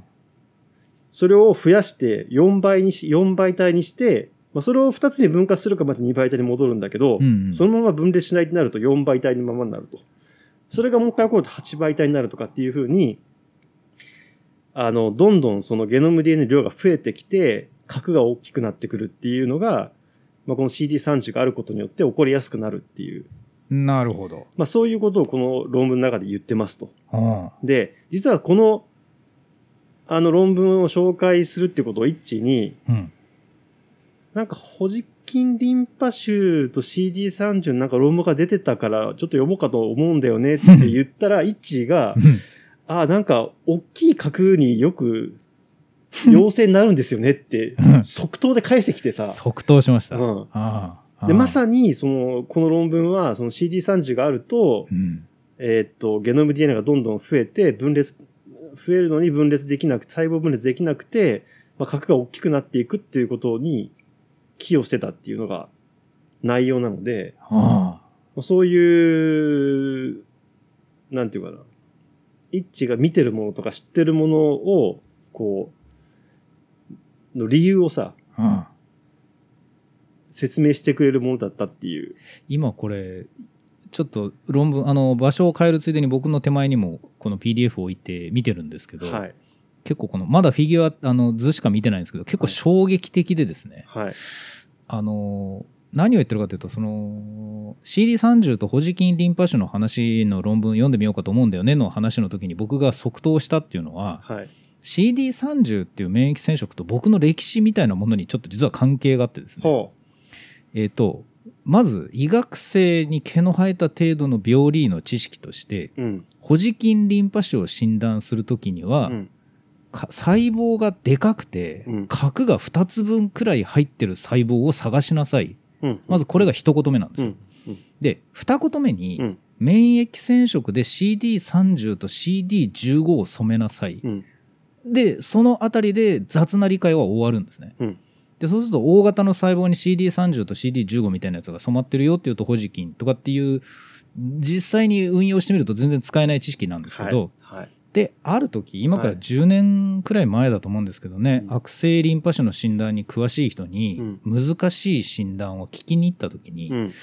S1: それを増やして4倍にし、4倍体にして、まあ、それを2つに分割するかまた2倍体に戻るんだけど、
S2: うんうん
S1: そのまま分裂しないとなると4倍体のままになると。それがもう一回起こると8倍体になるとかっていうふうに、あの、どんどんそのゲノム DNA の量が増えてきて、核が大きくなってくるっていうのが、まあ、この CD30 があることによって起こりやすくなるっていう、
S2: なるほど
S1: まあ、そういうことをこの論文の中で言ってますと。
S2: うん
S1: で、実はこの、あの論文を紹介するってことを一致に、
S2: うん
S1: なんか、ホジキンリンパ臭と CD30 なんか論文が出てたから、ちょっと読もうかと思うんだよねって言ったら、イッチーが
S2: う、ん
S1: ああ、なんか、大きい核によく、陽性になるんですよねって
S2: う、ん
S1: 即答で返してきてさ、
S2: 即答しました
S1: うん
S2: ああ
S1: で、ま
S2: に
S1: さに、その、この論文は、その CD30 があると、
S2: うん
S1: えーっと、ゲノム DNA がどんどん増えて、分裂、増えるのに分裂できなく、細胞分裂できなくて、まあ、核が大きくなっていくっていうことに寄与してたっていうのが内容なので、ま
S2: あ
S1: あそういう、なんていうかな、イッチが見てるものとか知ってるものを、こう、の理由をさ、
S2: あうん
S1: 説明してくれるものだったっていう。
S2: 今これちょっと論文あの場所を変えるついでに僕の手前にもこの PDF を置いて見てるんですけど、
S1: はい。
S2: 結構このまだフィギュアあの図しか見てないんですけど結構衝撃的でですね、
S1: はい。
S2: あの何を言ってるかというとその CD30 とホジキンリンパ腫の話の論文読んでみようかと思うんだよねの話の時に僕が即答したっていうのは
S1: はい。
S2: CD30 っていう免疫染色と僕の歴史みたいなものにちょっと実は関係があってですね
S1: ほ
S2: えー、とまず医学生に毛の生えた程度の病理医の知識として
S1: う。うん。
S2: ホジキンリンパ腫を診断するときに
S1: う
S2: は、
S1: ん。
S2: か細胞がでかくて、
S1: うん
S2: 核が2つ分くらい入ってる細胞を探しなさい
S1: うん。
S2: まずこれが一言目なんです
S1: う
S2: よ、
S1: ん。
S2: で二言目に、
S1: うん
S2: 免疫染色で CD30 と CD15 を染めなさい、
S1: うん。
S2: でその辺りで雑な理解は終わるんですね、
S1: うん
S2: でそうすると大型の細胞に CD30 と CD15 みたいなやつが染まってるよっていうとホジキンとかっていう実際に運用してみると全然使えない知識なんですけど、
S1: はい。はい。
S2: である時今から
S1: はい
S2: 10年くらい前だと思うんですけどね、
S1: うん
S2: 悪性リンパ腫の診断に詳しい人に難しい診断を聞きに行った時に、
S1: うん。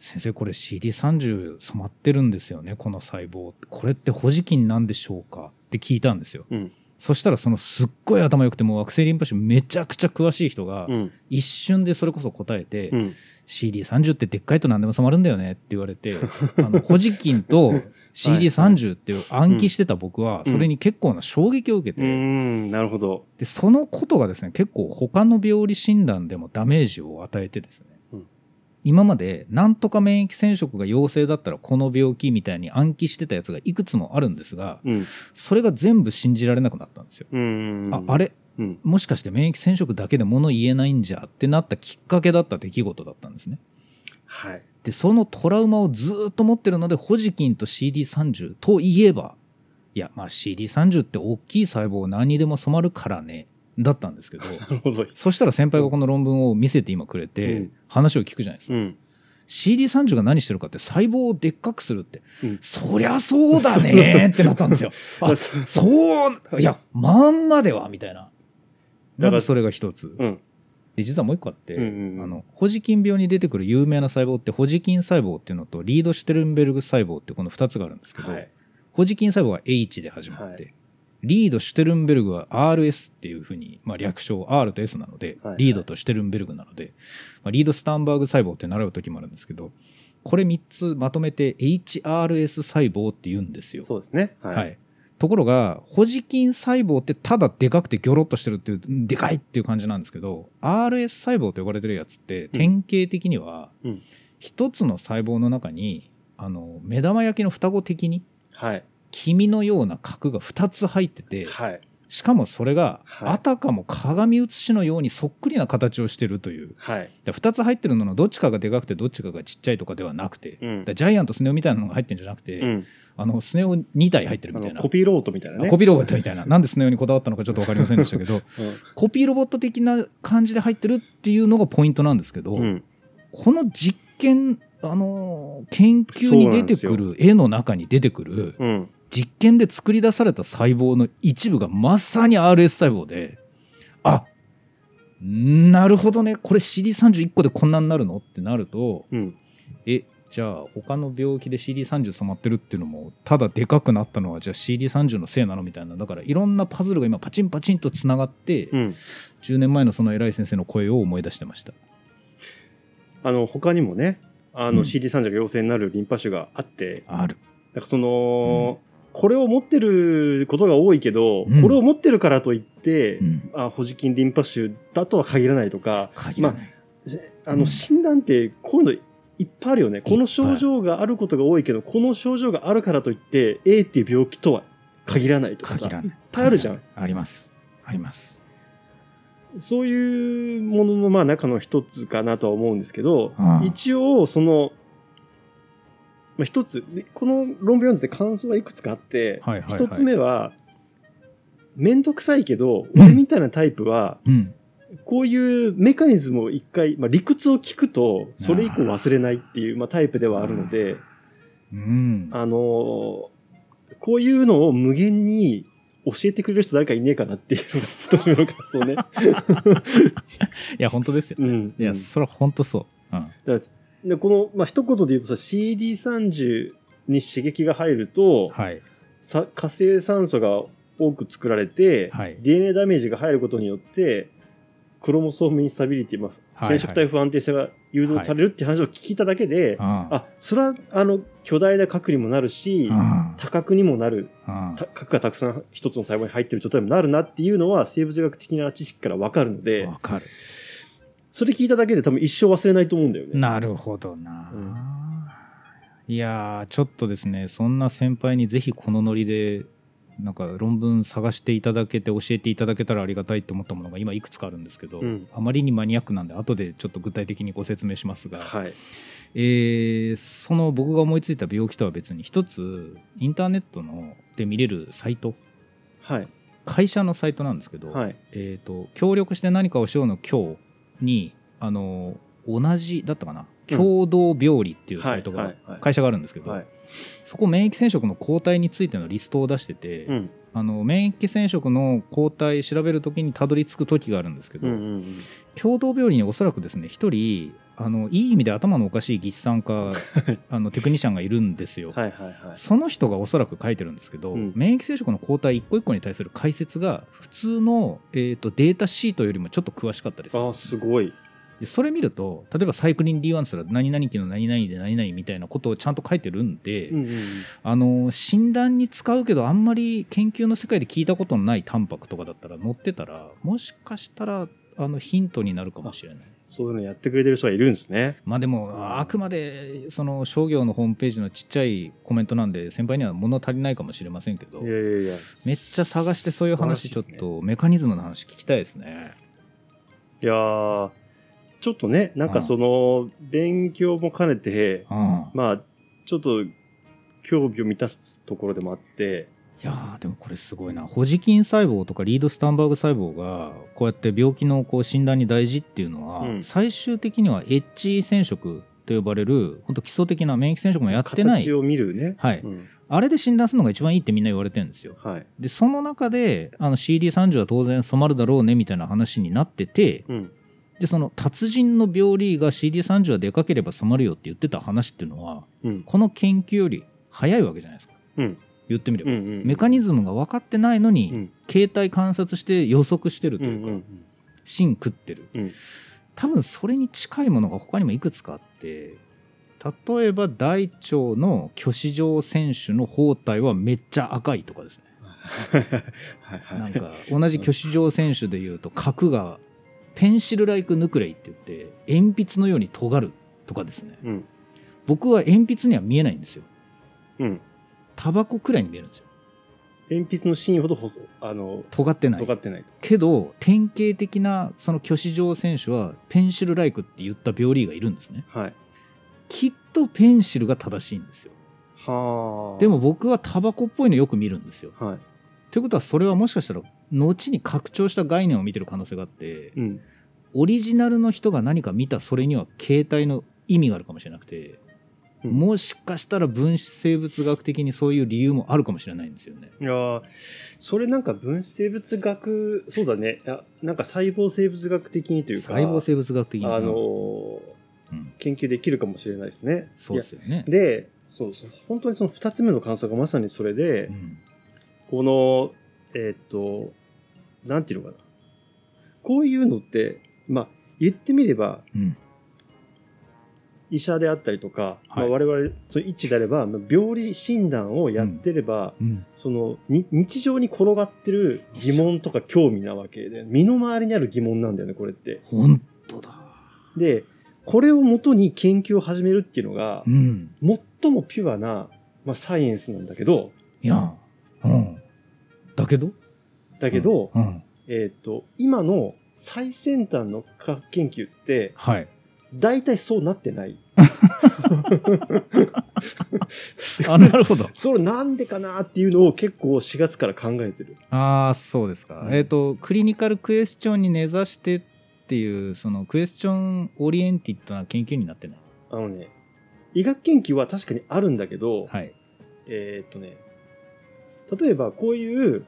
S2: 先生これ CD30 染まってるんですよねこの細胞これってホジキンなんでしょうかって聞いたんですよ、
S1: うん
S2: そしたらそのすっごい頭良くてもう悪性リンパ腫めちゃくちゃ詳しい人が
S1: うん。
S2: 一瞬でそれこそ答えて、
S1: うん。
S2: CD30 ってでっかいと何でも染まるんだよねって言われ てあのホジキンと CD30 っていう暗記してた僕は
S1: うん
S2: それに結構な衝撃を受け
S1: う
S2: て、
S1: ーん、なるほど。
S2: でそのことがですね結構他の病理診断でもダメージを与えてですね、
S1: うん
S2: 今までなんとか免疫染色が陽性だったらこの病気みたいに暗記してたやつがいくつもあるんですが
S1: うん。
S2: それが全部信じられなくなったんですよ。
S1: うん。
S2: ああれ
S1: うん。
S2: もしかして免疫染色だけで物言えないんじゃってなったきっかけだった出来事だったんですね。
S1: はい。
S2: でそのトラウマをずーっと持ってるのでホジキンと CD30 といえばいやまあ CD30 って大きい細胞何にでも染まるからねだったんですけど
S1: なるほど。
S2: そしたら先輩がこの論文を見せて今くれて、
S1: うん
S2: 話を聞くじゃないですか、
S1: うん。
S2: CD30 が何してるかって細胞をでっかくするって、
S1: うん
S2: そりゃそうだねーってなったんです よあ
S1: そ
S2: そういやまんまではみたいな
S1: だから
S2: まずそれが一つ、
S1: うん。
S2: で実はもう一個あって、
S1: うんうんうん
S2: あのホジキン病に出てくる有名な細胞ってホジキン細胞っていうのとリードシュテルンベルグ細胞っていうこの2つがあるんですけど、
S1: はい。
S2: ホジキン細胞は H で始まって、リードシュテルンベルグは RS っていうふうに、まあ、略称 R と S なので、
S1: はい
S2: リードとシュテルンベルグなので、まあ、リードスタンバーグ細胞って習う時もあるんですけどこれ3つまとめて HRS 細胞って言うんですよ。
S1: そうですね。は
S2: はい。ところがホジキン細胞ってただでかくてギョロッとしてるっていうでかいっていう感じなんですけど RS 細胞と呼ばれてるやつって典型的には
S1: うん
S2: 一つの細胞の中にあの目玉焼きの双子的に
S1: はい。
S2: 黄身のような核が2つ入ってて
S1: はい。
S2: しかもそれが
S1: はい
S2: あたかも鏡写しのようにそっくりな形をしてるという
S1: はい。
S2: 2つ入ってるののどっちかがでかくてどっちかがちっちゃいとかではなくて
S1: う。ん
S2: だから。ジャイアントスネ夫みたいなのが入ってるんじゃなくて、
S1: うん。
S2: あのスネ夫2体入ってる
S1: あ
S2: みたい
S1: の、
S2: な
S1: コピーロートみたいなね。
S2: コピーロボットみたいな、なんでそのようにこだわったのかちょっと分かりませんでし たけど、コピーロボット的な感じで入ってるっていうのがポイントなんですけど、
S1: うん。うん。
S2: この実験、あのー研究に出て
S1: そう
S2: く
S1: な
S2: る絵の中に出てくる
S1: うん。
S2: 実験で作り出された細胞の一部がまさに RS 細胞であなるほどねこれ CD31 個でこんなになるのってなると
S1: うん。
S2: えじゃあ他の病気で CD30 染まってるっていうのもただでかくなったのはじゃあ CD30 のせいなのみたいなだからいろんなパズルが今パチンパチンとつながって、
S1: うん。
S2: 10年前のその偉い先生の声を思い出してました
S1: あの、他にもね、あ
S2: う
S1: の、
S2: ん
S1: CD30 が陽性になるリンパ腫があって、
S2: ある
S1: なんかその、これを持ってることが多いけど、
S2: うん
S1: これを持ってるからといって、
S2: うん
S1: あホジキンリンパ腫だとは限らないとか、
S2: 限らない、
S1: あ
S2: う
S1: の
S2: ん
S1: 診断ってこういうのいっぱいあるよね。
S2: ぱい
S1: この症状があることが多いけど、この症状があるからといって、A っていう病気とは限らないとかさ、
S2: 限らない
S1: っぱいあるじゃん。
S2: ありますあります
S1: そういうもののまあ中の一つかなとは思うんですけど、
S2: ああ
S1: 一応、その、まあ、一つ、でこの論文読んでて感想がいくつかあって、
S2: はいはいはい
S1: 一つ目は、めんどくさいけど、
S2: うん
S1: 俺みたいなタイプは、
S2: うん
S1: こういうメカニズムを一回、まあ、理屈を聞くと、それ以降忘れないっていう、まあ、タイプではあるので、
S2: うん
S1: あのーこういうのを無限に教えてくれる人誰かいねえかなっていうのが 一つ目の感想ね。
S2: いや本当ですよ、
S1: うん。
S2: いや
S1: うん
S2: それは本当そう、うん
S1: だからでこの、まあ、一言で言うとさ、CD30 に刺激が入ると、
S2: はい
S1: さ火星酸素が多く作られて、
S2: はい
S1: DNA ダメージが入ることによってクロモソームインスタビリティ、まあ、
S2: はいは
S1: 染
S2: い
S1: 色体不安定性が誘導されるって話を聞いただけで、
S2: ああ
S1: あそれはあの巨大な核にもなるし、
S2: あ
S1: 多角にもなる
S2: ああ
S1: た核がたくさん一つの細胞に入ってる状態にもなるなっていうのは生物学的な知識からわかるの
S2: あ
S1: で
S2: わかる
S1: それ聞いただけで多分一生忘れないと思うんだよね。
S2: なるほどな、いやーちょっとですねそんな先輩にぜひこのノリでなんか論文探していただけて教えていただけたらありがたいと思ったものが今いくつかあるんですけど、
S1: うん
S2: あまりにマニアックなんで後でちょっと具体的にご説明しますが、
S1: はい、
S2: えーその僕が思いついた病気とは別に一つインターネットので見れるサイト
S1: はい、
S2: 会社のサイトなんですけど、
S1: はい、
S2: えー、と協力して何かをしようの今日にあの同じだったかな
S1: うん
S2: 共同病理っていう
S1: は
S2: サ
S1: い
S2: イト
S1: は
S2: が
S1: いはい
S2: 会社があるんですけど、
S1: はい、
S2: そこ免疫染色の抗体についてのリストを出してて、
S1: うん、
S2: あの免疫染色の抗体調べるときにたどり着く時があるんですけど、
S1: うん、うん、うん
S2: 共同病理におそらくですね一人あのいい意味で頭のおかしい技師さんかあのテクニシャンがいるんですよ。
S1: はい、はい、はい。
S2: その人がおそらく書いてるんですけど、
S1: うん
S2: 免疫生殖の抗体一個一個に対する解説が普通の、えー、とデータシートよりもちょっと詳しかったりする
S1: あーすごい。
S2: でそれ見ると例えばサイクリン D1 すら何々期の何々で何々みたいなことをちゃんと書いてるんで、
S1: うんうんうん
S2: あの診断に使うけどあんまり研究の世界で聞いたことのないタンパクとかだったら載ってたらもしかしたらあのヒントになるかもしれない。
S1: そういうのやってくれてる人がいるんですね。
S2: まあでもあくまでその商業のホームページのちっちゃいコメントなんで先輩には物足りないかもしれませんけど
S1: いやいやいや。
S2: めっちゃ探してそういう話ちょっ
S1: 素晴らしいですね
S2: とメカニズムの話聞きたいですね
S1: いやーちょっとね、なんかその、勉強も兼ねて、
S2: うん
S1: まあ、ちょっと、興味を満たすところでもあって、
S2: いやーでもこれすごいなホジキン細胞とかリードスタンバーグ細胞がこうやって病気のこう診断に大事っていうのは、
S1: うん
S2: 最終的には HE 染色と呼ばれる本当基礎的な免疫染色もやってない
S1: 形を見るね。
S2: はい
S1: うん
S2: あれで診断するのが一番いいってみんな言われてるんですよ
S1: はい。
S2: でその中であの CD30 は当然染まるだろうねみたいな話になってて
S1: うん。
S2: でその達人の病理医が CD30 はでかければ染まるよって言ってた話っていうのは
S1: うん。
S2: この研究より早いわけじゃないですか、
S1: うん
S2: 言ってみれば
S1: う、んうん。
S2: メカニズムが分かってないのに、
S1: うん
S2: 携帯観察して予測してると
S1: う
S2: い
S1: ん
S2: う
S1: う
S2: か、
S1: ん
S2: 芯食ってる、
S1: うん
S2: 多分それに近いものが他にもいくつかあって例えば大腸の巨子状選手の包帯はめっちゃ赤いとかですね
S1: はいはい。
S2: なんか同じ巨子状選手でいうと角がペンシルライクヌクレイって言って鉛筆のように尖るとかですね
S1: うん。
S2: 僕は鉛筆には見えないんですよ
S1: うん。
S2: タバコくらいに見えるんですよ
S1: 鉛筆の芯ほど細、あの、
S2: 尖ってない
S1: 尖ってないと。
S2: けど典型的なその虚子状選手はペンシルライクって言った病理医がいるんですね
S1: はい。
S2: きっとペンシルが正しいんですよ
S1: はあ。
S2: でも、僕はタバコっぽいのよく見るんですよ
S1: は
S2: ということはそれはもしかしたら後に拡張した概念を見てる可能性があって
S1: い。うん。
S2: オリジナルの人が何か見たそれには携帯の意味があるかもしれなくて
S1: うん
S2: もしかしたら分子生物学的にそういう理由もあるかもしれないんですよね
S1: いやーそれなんか分子生物学、そうだね。あなんか細胞生物学的にというか。
S2: 細胞生物学的に
S1: あのー
S2: うん
S1: 研究できるかもしれないですね。
S2: そうですよね
S1: いやでそうそう本当にその2つ目の感想がまさにそれで、
S2: うん
S1: このえーっとなんていうのかなこういうのってまあ言ってみれば
S2: うん
S1: 医者であったりとか、
S2: は
S1: ま
S2: い
S1: あ、我々その一致であればまあ病理診断をやってれば、
S2: うん
S1: そのに日常に転がってる疑問とか興味なわけで身の回りにある疑問なんだよねこれって。
S2: 本当だ
S1: でこれをもとに研究を始めるっていうのが、
S2: うん
S1: 最もピュアな、まあ、サイエンスなんだけど、
S2: いや、うん。だけど
S1: だけど、
S2: うん。
S1: えっ、と、今の最先端の科学研究って、
S2: はい。
S1: 大体そうなってない。
S2: あ、なるほど。
S1: それなんでかなっていうのを結構4月から考えてる。
S2: ああ、そうですか。
S1: うん
S2: えっ、と、クリニカルクエスチョンに根ざしてっていう、そのクエスチョンオリエンティッドな研究になってない。
S1: あのね、医学研究は確かにあるんだけど、
S2: はい。
S1: えっ、とね、例えばこういう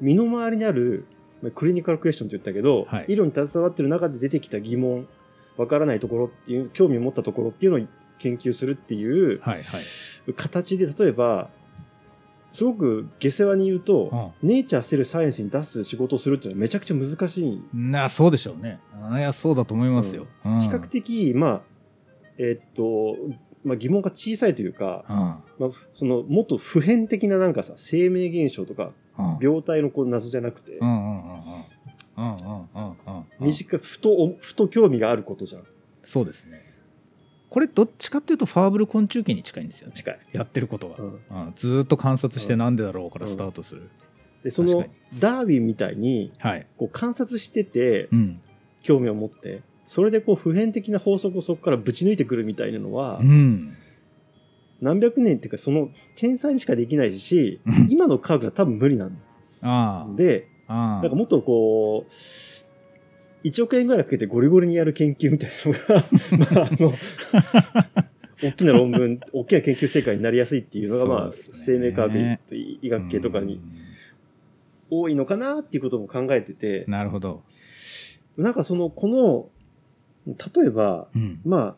S1: 身の回りにあるまあクリニカルクエスチョンって言ったけど、
S2: はい
S1: 医療に携わってる中で出てきた疑問、わからないところっていう、興味を持ったところっていうのを研究するっていう
S2: はい、はい。
S1: 形で、例えば、すごく下世話に言うと、ネイチャーセルサイエンスに出す仕事をするっていうのはめちゃくちゃ難しい。
S2: うん。な、そうでしょうね。あいや、そうだと思いますよ。うん。
S1: 比較的、まあ、えっと、まあ、疑問が小さいというか、
S2: うん。
S1: まあ、その、もっと普遍的ななんかさ、生命現象とか、
S2: うん。
S1: 病態のこう謎じゃなくて
S2: う、んうんうんうん。うんうんうんうんうん。
S1: 短くふとおふと興味があることじゃん
S2: そうですね。これ、どっちかっていうと、ファーブル昆虫記に近いんですよね。
S1: 近い、
S2: やってることが
S1: う。ん、
S2: うん、ずーっと観察して
S1: うん
S2: なんでだろうからスタートする。
S1: でそ
S2: 確
S1: の
S2: か
S1: ダーウィンみたいに
S2: はい。
S1: こう観察してて
S2: うん。
S1: 興味を持ってそれでこう普遍的な法則をそこからぶち抜いてくるみたいなのは
S2: うん。
S1: 何百年っていうかその天才にしかできないし今の科学は多分無理なん
S2: あ
S1: で
S2: あ。ああ。
S1: なんかもっとこう1億円ぐらいかけてゴリゴリにやる研究みたいなのが まああの大きな論文大きな研究成果になりやすいっていうのがまあ
S2: そうです
S1: 生
S2: ね
S1: 命科学医学系とかに多いのかなっていうことも考えてて
S2: うん。、なるほど。
S1: なんかその、この、例えば、
S2: うん。
S1: まあ、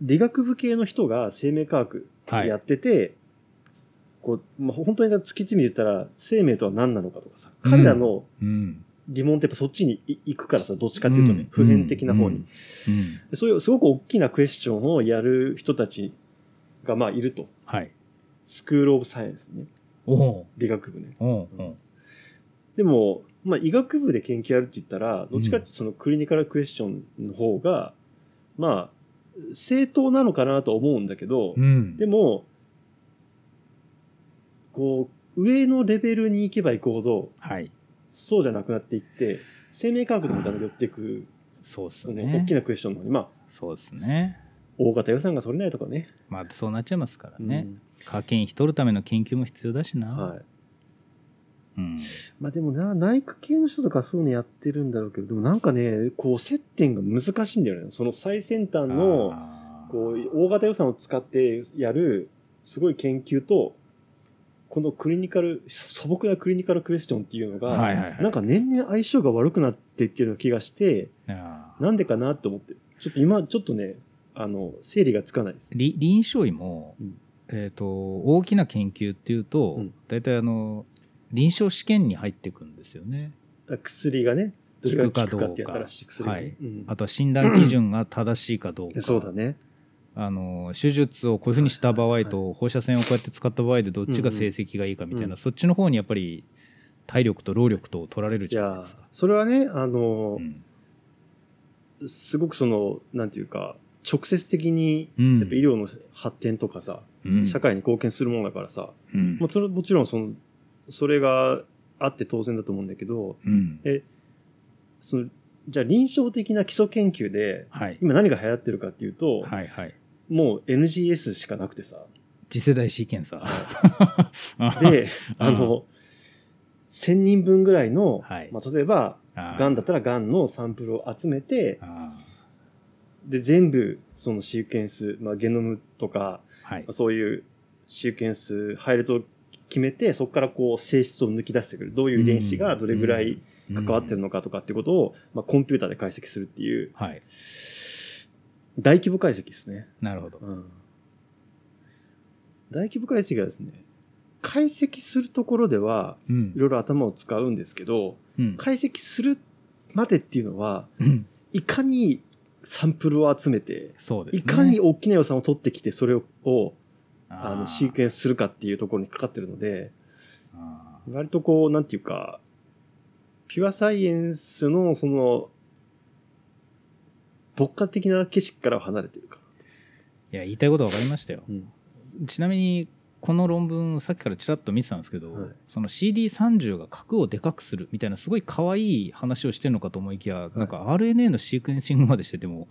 S1: 理学部系の人が生命科学
S2: はい
S1: やってて、こう、まあ、本当に突き詰めて言ったら、生命とは何なのかとかさ、
S2: うん
S1: 彼らの
S2: うん。
S1: 疑問ってやっぱそっちにい行くからさ、どっちかっていうとね、
S2: うん
S1: 普遍的な方に、。
S2: うんうん。
S1: そういうすごく大きなクエスチョンをやる人たちが、まあ、いると。
S2: はい。
S1: スクールオブサイエンスね。
S2: おお。
S1: 理学部ね。
S2: おうおう。
S1: でも、まあ、医学部で研究やるって言ったら、どっちかっていうとそのクリニカルクエスチョンの方が、まあ、正当なのかなと思うんだけど、
S2: うん
S1: でも、こう、上のレベルに行けば行くほど、
S2: はい
S1: そうじゃなくなっていって、生命科学の方に寄っていく、
S2: そうっす
S1: そのね、大
S2: ね
S1: きなクエスチョンの方に、まあ、
S2: そうっすね
S1: 大型予算が取れないとかね。
S2: まあそうなっちゃいますからね、
S1: うん
S2: 科研費取るための研究も必要だしな、
S1: はい。
S2: うん、
S1: まあでもな、内科系の人とかそういうのやってるんだろうけど、でもなんかね、こう接点が難しいんだよね。その最先端の、
S2: あー
S1: こう、大型予算を使ってやる、すごい研究と、このクリニカル、素朴なクリニカルクエスチョンっていうのが、
S2: はいはいはい
S1: なんか年々相性が悪くなっていってるような気がして、
S2: あー
S1: なんでかなって思って。ちょっと今、ちょっとね、あの、整理がつかないです。
S2: り臨床医も、
S1: うん
S2: えー、と大きな研究っていうと、
S1: うん
S2: 大体あの臨床試験に入っていくんですよね
S1: 薬がね、どれが効
S2: 効
S1: く
S2: く
S1: か
S2: かど
S1: っ
S2: う
S1: て
S2: か
S1: やったらしい薬がね、
S2: はい
S1: うん
S2: あとは診断基準が正しいかどうか、
S1: そうだね。
S2: あの手術をこういうふうにした場合
S1: は
S2: と放射線をこうやって使った場合でどっちが成績がいいかみたいな、
S1: うんうん
S2: そっちの方にやっぱり体力と労力と取られる
S1: い
S2: じゃない
S1: や
S2: ですか。、
S1: それはね、あの
S2: う、ん
S1: すごくその、なんていうか、直接的に、
S2: うん
S1: やっぱ医療の発展とかさ、
S2: うん
S1: 社会に貢献するものだからさ、
S2: うん
S1: まあ、それもちろんその、それがあって当然だと思うんだけど、
S2: うん
S1: えその、じゃあ臨床的な基礎研究で、
S2: はい、
S1: 今何が流行ってるかっていうと、
S2: はいはい
S1: もう NGS しかなくてさ、
S2: 次世代 C 検査
S1: で、あの、1000人分ぐらいの、
S2: はい
S1: まあ、例えば、
S2: あー
S1: がんだったらがんのサンプルを集めて、
S2: あ
S1: で、全部、そのシークエンス、まあ、ゲノムとか、
S2: ーはい
S1: そういうシークエンス、配列を決めて、そこからこう性質を抜き出してくる。どういう遺伝子がどれぐらい関わってる
S2: の、
S1: のかとかっていうことを、まあ、コンピューターで解析するっていう、
S2: うんはい
S1: 大規模解析ですね。
S2: なるほど
S1: うん。大規模解析はですね、解析するところでは、
S2: うん
S1: いろいろ頭を使うんですけど、
S2: うん
S1: 解析するまでっていうのは、
S2: うん
S1: いかにサンプルを集めて、
S2: そうですね
S1: いかに大きな予算を取ってきて、それを、
S2: あ
S1: あの、シーク
S2: エン
S1: エンスするかっていうところにかかってるので、
S2: スあ
S1: 割とこう、なんていうか、ピュアサイエンスの、その、牧歌的な景色からは離れてるか
S2: ーいや言いたいこと分かりましたよ
S1: ら。
S2: ちなみにこの論文さっきからちらっと見てたんですけど、
S1: はい
S2: その CD30 が核をでかくするみたいなすごい可愛い話をしてるのかと思いきや、なんか RNA のシークエンシングまでしてても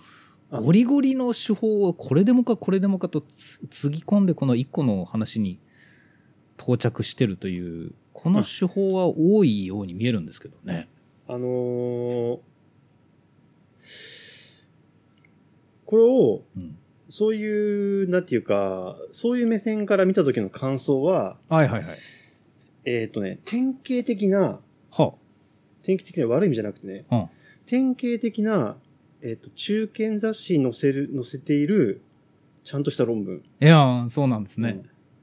S1: あ
S2: ゴリゴリの手法をこれでもかこれでもかとつつぎ込んでこの1個の話に到着してるというこの手法は多いように見えるんですけどね。
S1: あのーこれを、
S2: うん
S1: そういう、なんていうか、そういう目線から見た時の感想は、
S2: はいはいはい。
S1: えっ、とね、典型的な、
S2: は
S1: 典型的な悪い意味じゃなくてね、
S2: うん
S1: 典型的な、えっ、と、中堅雑誌に載せる、載せている、ちゃんとした論文。
S2: あ、いやーそうなんですね。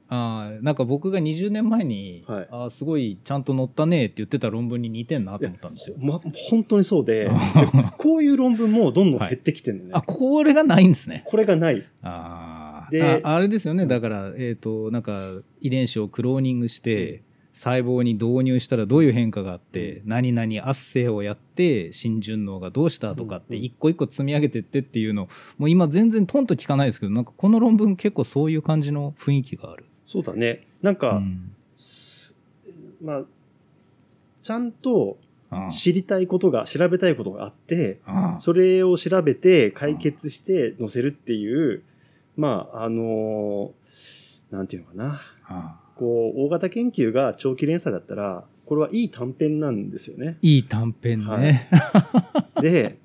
S2: あーなんか僕が20年前に、
S1: はい
S2: あーすごいちゃんと載ったねって言ってた論文に似てんな
S1: う
S2: と
S1: ん。
S2: 思ったんですよ
S1: い。やま、本当にそうで、 こういう論文もどんどん減ってきてるんだよ
S2: あ
S1: ね。
S2: これがないんですね。
S1: これがない。
S2: あ
S1: で
S2: でああれですよね
S1: うん
S2: だから、えっとなんか遺伝子をクローニングして、細胞に導入したらどういう変化があって、何々圧生をやって浸潤脳がどうしたとかって
S1: うんうん
S2: 一個一個積み上げてってっていうのもう今全然トンと聞かないですけどなんかこの論文結構そういう感じの雰囲気がある。
S1: そうだね。なんか、
S2: うん
S1: すまあ、ちゃんと
S2: あ
S1: 知りたいことが、調べたいことがあって、
S2: あ
S1: それを調べて解決して載せるっていう、まあ、あのーなんていうのかな。
S2: あ。
S1: こう、大型研究が長期連載だったら、これはいい短編なんですよね
S2: いい短編ね。
S1: はいで、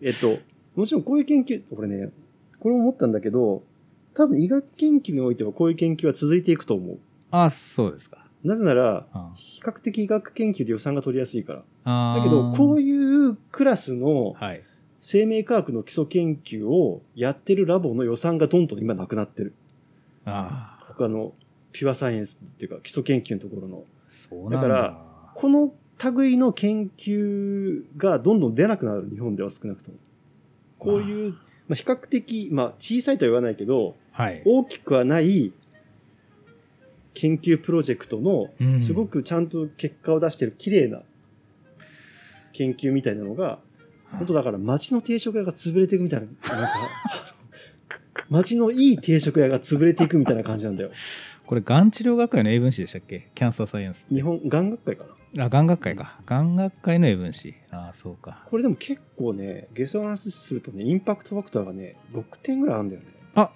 S1: えっと、もちろんこういう研究、これね、これも思ったんだけど、多分医学研究においてはこういう研究は続いていくと思う。
S2: あそうですか。
S1: なぜなら、
S2: あ
S1: 比較的医学研究で予算が取りやすいから。
S2: あ
S1: だけど、こう
S2: いう
S1: いうクラスの
S2: はい、
S1: 生命科学の基礎研究をやってるラボの予算がどんどん今なくなってる。
S2: ああ
S1: 他のピュアサイエンスっていうか基礎研究のところの。
S2: そうなんだ
S1: だからこの類の研究がどんどん出なくなる、日本では少なくとも。こういう、まあ、比較的、まあ、小さいとは言わないけど、
S2: はい、
S1: 大きくはない研究プロジェクトの、
S2: うん
S1: すごくちゃんと結果を出してる綺麗な研究みたいなのが、本当だから町の定食屋が潰れていくみたいな、なんか、 町のいい定食屋が潰れていくみたいな感じなんだよ。
S2: これ、がん治療学会の英文誌でしたっけキャンサーサイエンスって。
S1: 日本、眼学会かな。
S2: あ、がん学会か。がん学会の英文誌。ああ、そうか。
S1: これでも結構ね、下世話の話するとね、インパクトファクターがね、6点ぐらいあるんだよね。
S2: あ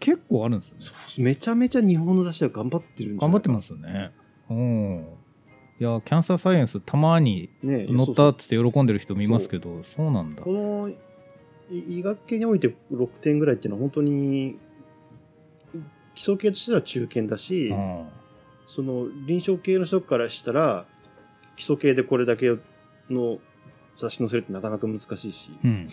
S2: 結構あるんですね。
S1: そうめちゃめちゃ日本の雑誌は頑張ってるんじゃ
S2: 頑
S1: ない
S2: 張ってますよね。うん。いや、キャンサーサイエンス、たまに
S1: す。ね
S2: 乗っ
S1: そ
S2: た
S1: う
S2: っつって喜んでる人見ますけど、そうなんだ
S1: そう。このい医学系において6点ぐらいっていうのは本当に、基礎系としては中堅だし、
S2: うん
S1: その臨床系の人からしたら、基礎系でこれだけの雑誌載せるってなかなか難しいし、
S2: うん。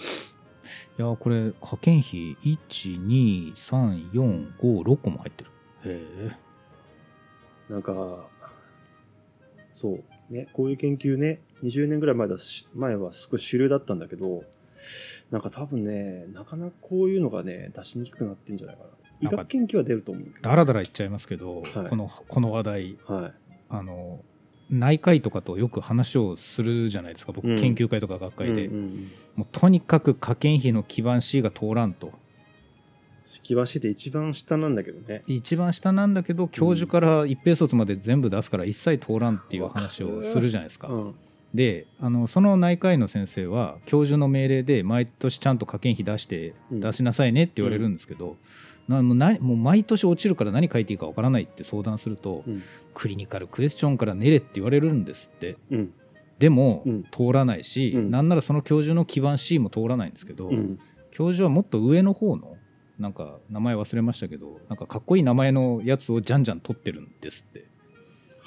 S2: いや、これ、科研費、1、2、3、4、5、6個も入ってる。へ
S1: なんか、そう、ね、こういう研究ね、20年ぐらい前だし、前はすごい主流だったんだけど、なんか多分ね、なかなかこういうのがね、出しにくくなってんじゃないかな。
S2: な
S1: 医
S2: んか
S1: 学研究は出ると思うけ
S2: だらだら言っちゃいますけ
S1: は
S2: ど、
S1: い
S2: この、この話題、
S1: ど。はい。
S2: あの、内科医とかとよく話をするじゃないですか、僕、
S1: うん
S2: 研究会とか学会で。
S1: うんうんうん。
S2: もうとにかく科研費の基盤 C が通らんと。
S1: 式橋って一番下なんだけどね。
S2: 一番下なんだけど、教授から一平卒まで全部出すから一切通らんっていう話をするじゃないですか。
S1: うん。
S2: であのその内科医の先生は教授の命令で毎年ちゃんと科研費出して
S1: うん
S2: 出しなさいねって言われるんですけど、なもうなもう毎年落ちるから何書いていいかわからないって相談すると、
S1: うん
S2: クリニカルクエスチョンから練れって言われるんですって
S1: うん。
S2: でも、
S1: うん
S2: 通らないし、
S1: うん
S2: なんならその教授の基盤 C も通らないんですけど、
S1: うん。
S2: 教授はもっと上の方のなんか名前忘れましたけどなんかかっこいい名前のやつをじゃんじゃん取ってるんですって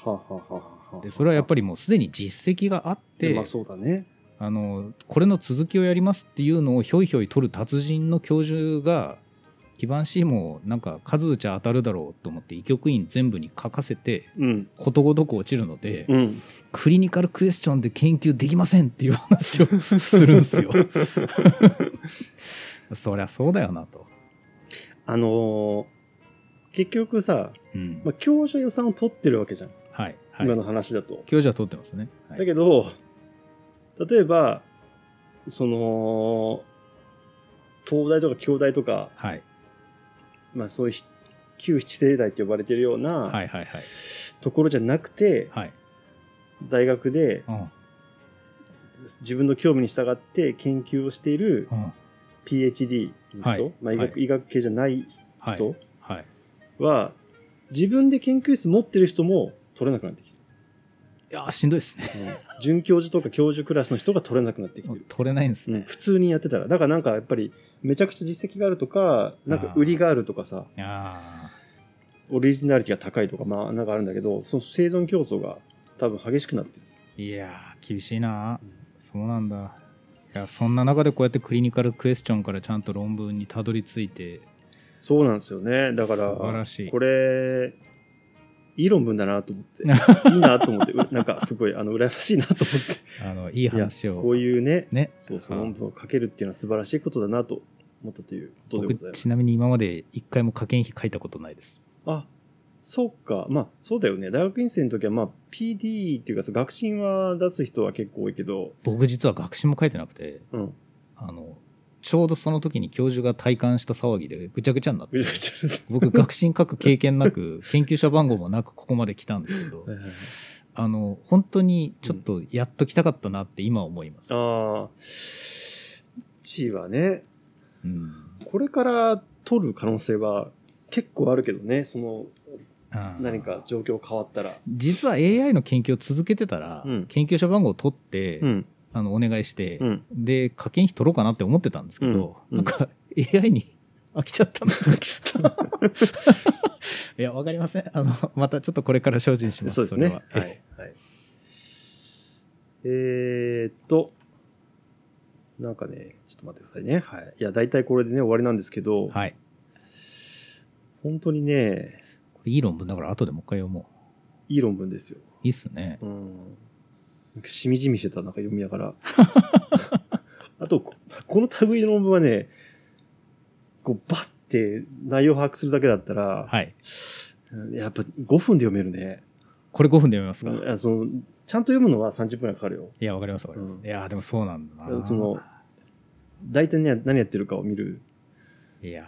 S1: はあ、はあはあはあはあ
S2: でそれはやっぱりもうすでに実績があって、
S1: まあそうだね。
S2: あのこれの続きをやりますっていうのをひょいひょい取る達人の教授が基盤 C もなんか数打ちゃ当たるだろうと思って医局員全部に書かせて
S1: うん。
S2: ことごとく落ちるので、
S1: うん。
S2: クリニカルクエスチョンで研究できませんっていう話をするんですよ。 そりゃそうだよなと。
S1: あのー結局さ、
S2: うん
S1: まあ、教授は予算を取ってるわけじゃん。
S2: はい、はい、
S1: 今の話だと。
S2: 教授は取ってますね。はい
S1: だけど、例えば、その、東大とか京大とか、
S2: はい
S1: まあそういうひ旧七世代って呼ばれてるよう
S2: は
S1: ない
S2: はいはい。
S1: ところじゃなくて、
S2: はい
S1: 大学で
S2: うん
S1: 自分の興味に従って研究をしている
S2: うん、
S1: PhD の人、
S2: はい
S1: まあ医学、
S2: は
S1: 医学系じゃない
S2: はい
S1: 人
S2: はい。
S1: は、自分で研究室持ってる人も取れなくな ってきて
S2: いやーしんどいですね。
S1: る。うん准教授とか教授クラスの人が取れなくなってきてる。
S2: 取れないんで
S1: う
S2: す
S1: ん
S2: ね。
S1: 普通にやってたら。だからなんかやっぱりめちゃくちゃ実績があるとか、なんか売りがあるとかさ、
S2: いや
S1: オリジナリティが高いとか、まあなんかあるんだけど、その生存競争が多分激しくなってる。
S2: ーいやー厳しいなそうなんだ。いや、そんな中でこうやってクリニカルクエスチョンからちゃんと論文にたどり着いて、
S1: そうなんですよね。だか
S2: 素晴ら
S1: ら、
S2: しい。
S1: これ、いい論文だなと思 って、いいなと思って、うなんかすごい、あの、羨ましいなと思って。
S2: あのいい話を。
S1: こういうね、
S2: ね。
S1: そうそう、
S2: うん
S1: 論文を書けるっていうのは素晴らしいことだなと思ったということでござい
S2: 僕、
S1: ます。
S2: ちなみに今まで一回も科研費書いたことないです。
S1: あ、そうか。まあ、そうだよね。大学院生の時は、まあ、PD っていうかさ、学信は出す人は結構多いけど、
S2: 僕、実は学士も書いてなくて、
S1: うん。
S2: あの、ちょうどその時に教授が体感した騒ぎでぐちゃぐちゃになって、
S1: ぐちゃぐちゃです。
S2: 僕、学士に書く経験 なく、研究者番号もなくここまで来たんですけど
S1: は、いはいはい
S2: あの、本当にちょっとやっと来たかったなって今思います。
S1: あーうちはね、
S2: うん。
S1: これから取る可能性は結構あるけどね、その、
S2: うん
S1: 何か状況変わったら。
S2: 実は AI の研究を続けてたら、
S1: うん
S2: 研究者番号を取って、
S1: ん。
S2: あのお願いして、
S1: うん。
S2: で課金費取ろうかなって思ってたんですけど、
S1: うん
S2: なんか AI に飽きちゃったな 飽きちゃったいやわかりませんあのまたちょっとこれから精進します
S1: そうですね。
S2: れは
S1: はい。はいえーっと、なんかね、ちょっと待ってくださいね。はい。いや、大体これでね、終わりなんですけど、
S2: はい
S1: 本当にね、
S2: これいい論文だから後でもう一回読もう
S1: いい論文ですよ。
S2: いいっすね
S1: うん。なんかしみじみしてた、なんか読みなが ら。あと、ここの類の論文はね、こう、バッて内容把握するだけだったら、
S2: はい
S1: やっぱ5分で読めるね。
S2: これ5分で読めますか、
S1: あそのちゃんと読むのは30分くらいかかるよ。
S2: いや、わかりますわかります。
S1: うん
S2: いや、でもそうなんだな。
S1: その大体ね何やってるかを見る。
S2: いや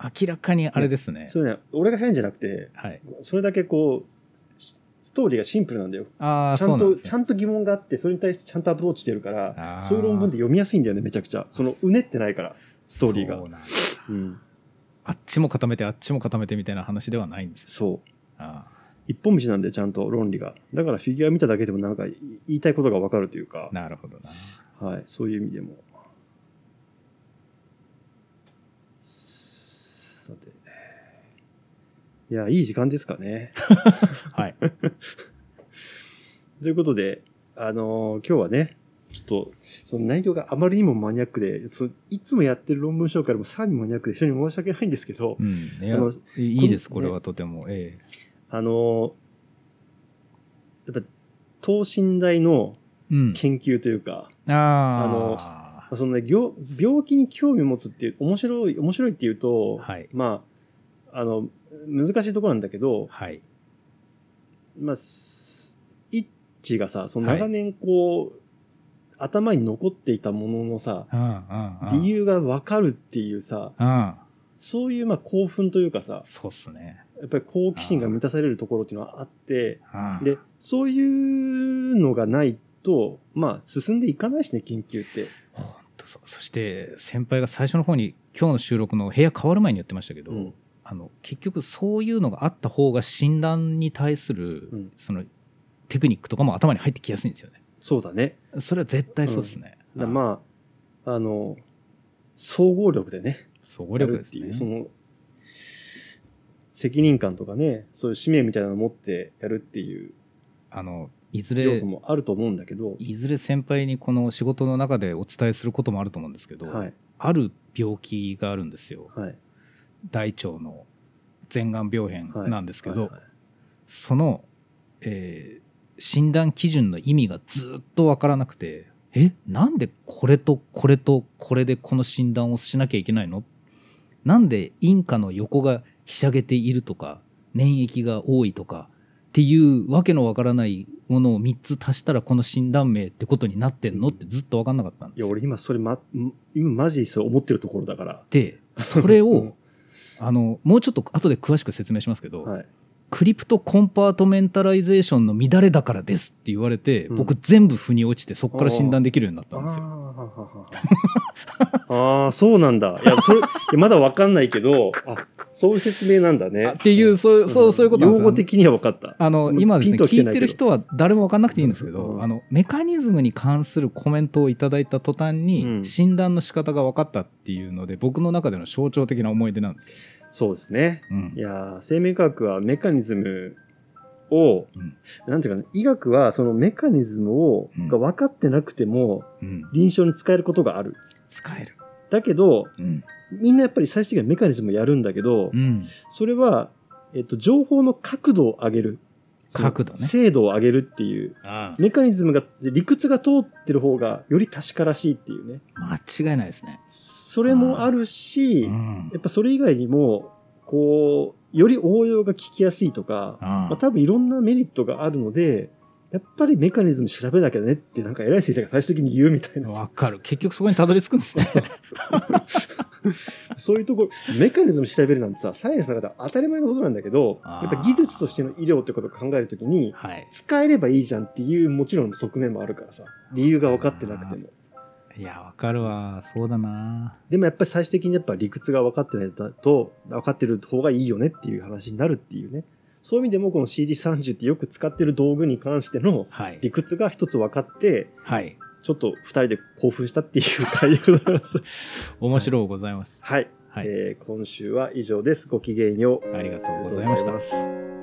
S2: ー、明らかにあれですね。
S1: それね、俺が変じゃなくて、
S2: はい。
S1: それだけこう、しストーリーがシンプルなんだよ。
S2: ああ、
S1: ちゃ
S2: そうんなん
S1: と、
S2: です
S1: ち
S2: ね。
S1: ゃんと疑問があって、それに対してちゃんとアプローチしてるか
S2: あー
S1: ら、そういう論文って読みやすいんだよね、めちゃくちゃ。その、うねってないから、ストーリーが。
S2: そう
S1: う
S2: なんだ
S1: ん。
S2: あっちも固めて、あっちも固めてみたいな話ではないんです。
S1: そう。
S2: あ
S1: 一本道なんで、ちゃんと論理が。だから、フィギュア見ただけでも、なんか、い言いたいことがわかるというか
S2: ー、なるほどな。
S1: はい、そういう意味でも。さて。いや、いい時間ですかね。
S2: はい。
S1: ということで、あのー今日はね、ちょっと、その内容があまりにもマニアックで、そのいつもやってる論文紹介よりもさらにマニアックで、非常に申し訳ないんですけど
S2: う、ん。 いや
S1: あの、
S2: いいです、
S1: こ
S2: こ
S1: ん
S2: れはとても。え
S1: あのーやっぱ、等身大の
S2: えうん。
S1: 研究というか、
S2: ああ。
S1: まあそのね、病病気に興味を持つっていう、面白い、面白いっていうと、
S2: はい。
S1: まあ、あの、難しいところなんだけど、
S2: はい。
S1: まあ、すイッチがさ、その長年こう、頭に残っていたもののさ、
S2: うんうんうん。
S1: 理由がわかるっていうさ、
S2: うん。
S1: そういうまあ興奮というかさ、
S2: そうっすね。
S1: やっぱり好奇心が満たされるところっていうのはあって、
S2: うん
S1: で、そういうのがないと、まあ進んでいかないしね、研究って。
S2: ほんとそう。そして、先輩が最初の方に、今日の収録の部屋変わる前に言ってましたけど、
S1: うん
S2: あの結局そういうのがあった方が診断に対する、
S1: うん
S2: そのテクニックとかも頭に入ってきやすいんですよね
S1: そうだね。
S2: それは絶対そうですね、
S1: だ
S2: あ
S1: まあ、あの、総合力でね、
S2: 総合力
S1: やる
S2: で
S1: っ
S2: す
S1: てい
S2: ね
S1: う、その、責任感とかね、そういう使命みたいなのを持ってやるっていう
S2: あのいず
S1: 要
S2: れ
S1: 素もあると思うんだけど、
S2: いずれ先輩にこの仕事の中でお伝えすることもあると思うんですけど、
S1: はい、
S2: ある病気があるんですよ
S1: はい。
S2: 大腸の全癌病変なんですけど、
S1: はいはい
S2: その、えー診断基準の意味がずっとわからなくてえなんでこれとこれとこれでこの診断をしなきゃいけないのなんでインカの横がひしゃげているとか粘液が多いとかっていうわけのわからないものを3つ足したらこの診断名ってことになってんのってずっとわかんなかったん
S1: い
S2: です
S1: や、
S2: よ。
S1: 俺今それ、ま、ん今マジでそう思ってるところだから。
S2: でそれ
S1: う
S2: を
S1: ん
S2: あのもうちょっと後で詳しく説明しますけど、
S1: はい。
S2: クリプトコンパートメンタライゼーションの乱れだからですって言われて、
S1: うん
S2: 僕全部腑に落ちてそこから診断できるようになっ
S1: あ
S2: たんですよ。
S1: ーあー、そうなんだ。いや、それ、いやまだわかんないけど、あ、そういう説明なんだね。
S2: っていう、そういう、そうそういうことなんです
S1: 用
S2: よ
S1: 語的には分かった。
S2: あの
S1: うん
S2: 今です
S1: ピン
S2: ね
S1: とは来て
S2: 聞
S1: ないい
S2: て
S1: けど
S2: る人は誰も分かんなくていいんですけど、
S1: うん
S2: あのメカニズムに関するコメントをいただいた途端
S1: う
S2: に
S1: ん
S2: 診断の仕方が分かったっていうので僕の中での象徴的な思い出なんですよ。
S1: そうですね。
S2: うん
S1: いやー生命科学はメカニズムを、
S2: うん
S1: なんていうかな、医学はそのメカニズムを、
S2: うん
S1: が分かってなくても
S2: うん、
S1: 臨床に使えることがある。
S2: 使える、
S1: だけど、
S2: うん
S1: みんなやっぱり最終的にはメカニズムをやるんだけど、
S2: うん
S1: それは、えっと、情報の角度を上げる。その
S2: 角度ね
S1: 精度を上げるっていう。
S2: あ
S1: メカニズムが、理屈が通ってる方がより確からしいっていうね。
S2: あ間違いないですね。
S1: それもあるし、
S2: うん
S1: やっぱそれ以外にも、こう、より応用が聞きやすいとか、
S2: あ
S1: まあ、
S2: あ
S1: 多分いろんなメリットがあるので、やっぱりメカニズム調べなきゃねって、なんか偉い先生が最終的に言うみたいな、
S2: わかる結局そこにたどり着くんですね。
S1: そういうところ、メカニズム調べるなんてさ、サイエンスの中では当たり前のことなんだけど、
S2: あー
S1: やっぱ技術としての医療ってことを考えるときに、
S2: はい、
S1: 使えればいいじゃんっていうもちろん側面もあるからさ、理由が分かってなくても。
S2: いや、わかるわ。そうだな。
S1: でもやっぱり最終的にやっぱ理屈が分かってないと、分かってる方がいいよねっていう話になるっていうね。そういう意味でもこの CD30 ってよく使ってる道具に関しての
S2: はい。
S1: 理屈が一つ分かって、
S2: はい。
S1: ちょっと二人で興奮したっていう回でございます。
S2: 面白うございます。
S1: はい、
S2: はい。
S1: えー今週は以上です。ごきげんよう。
S2: ありがとうございました
S1: ありがとうございます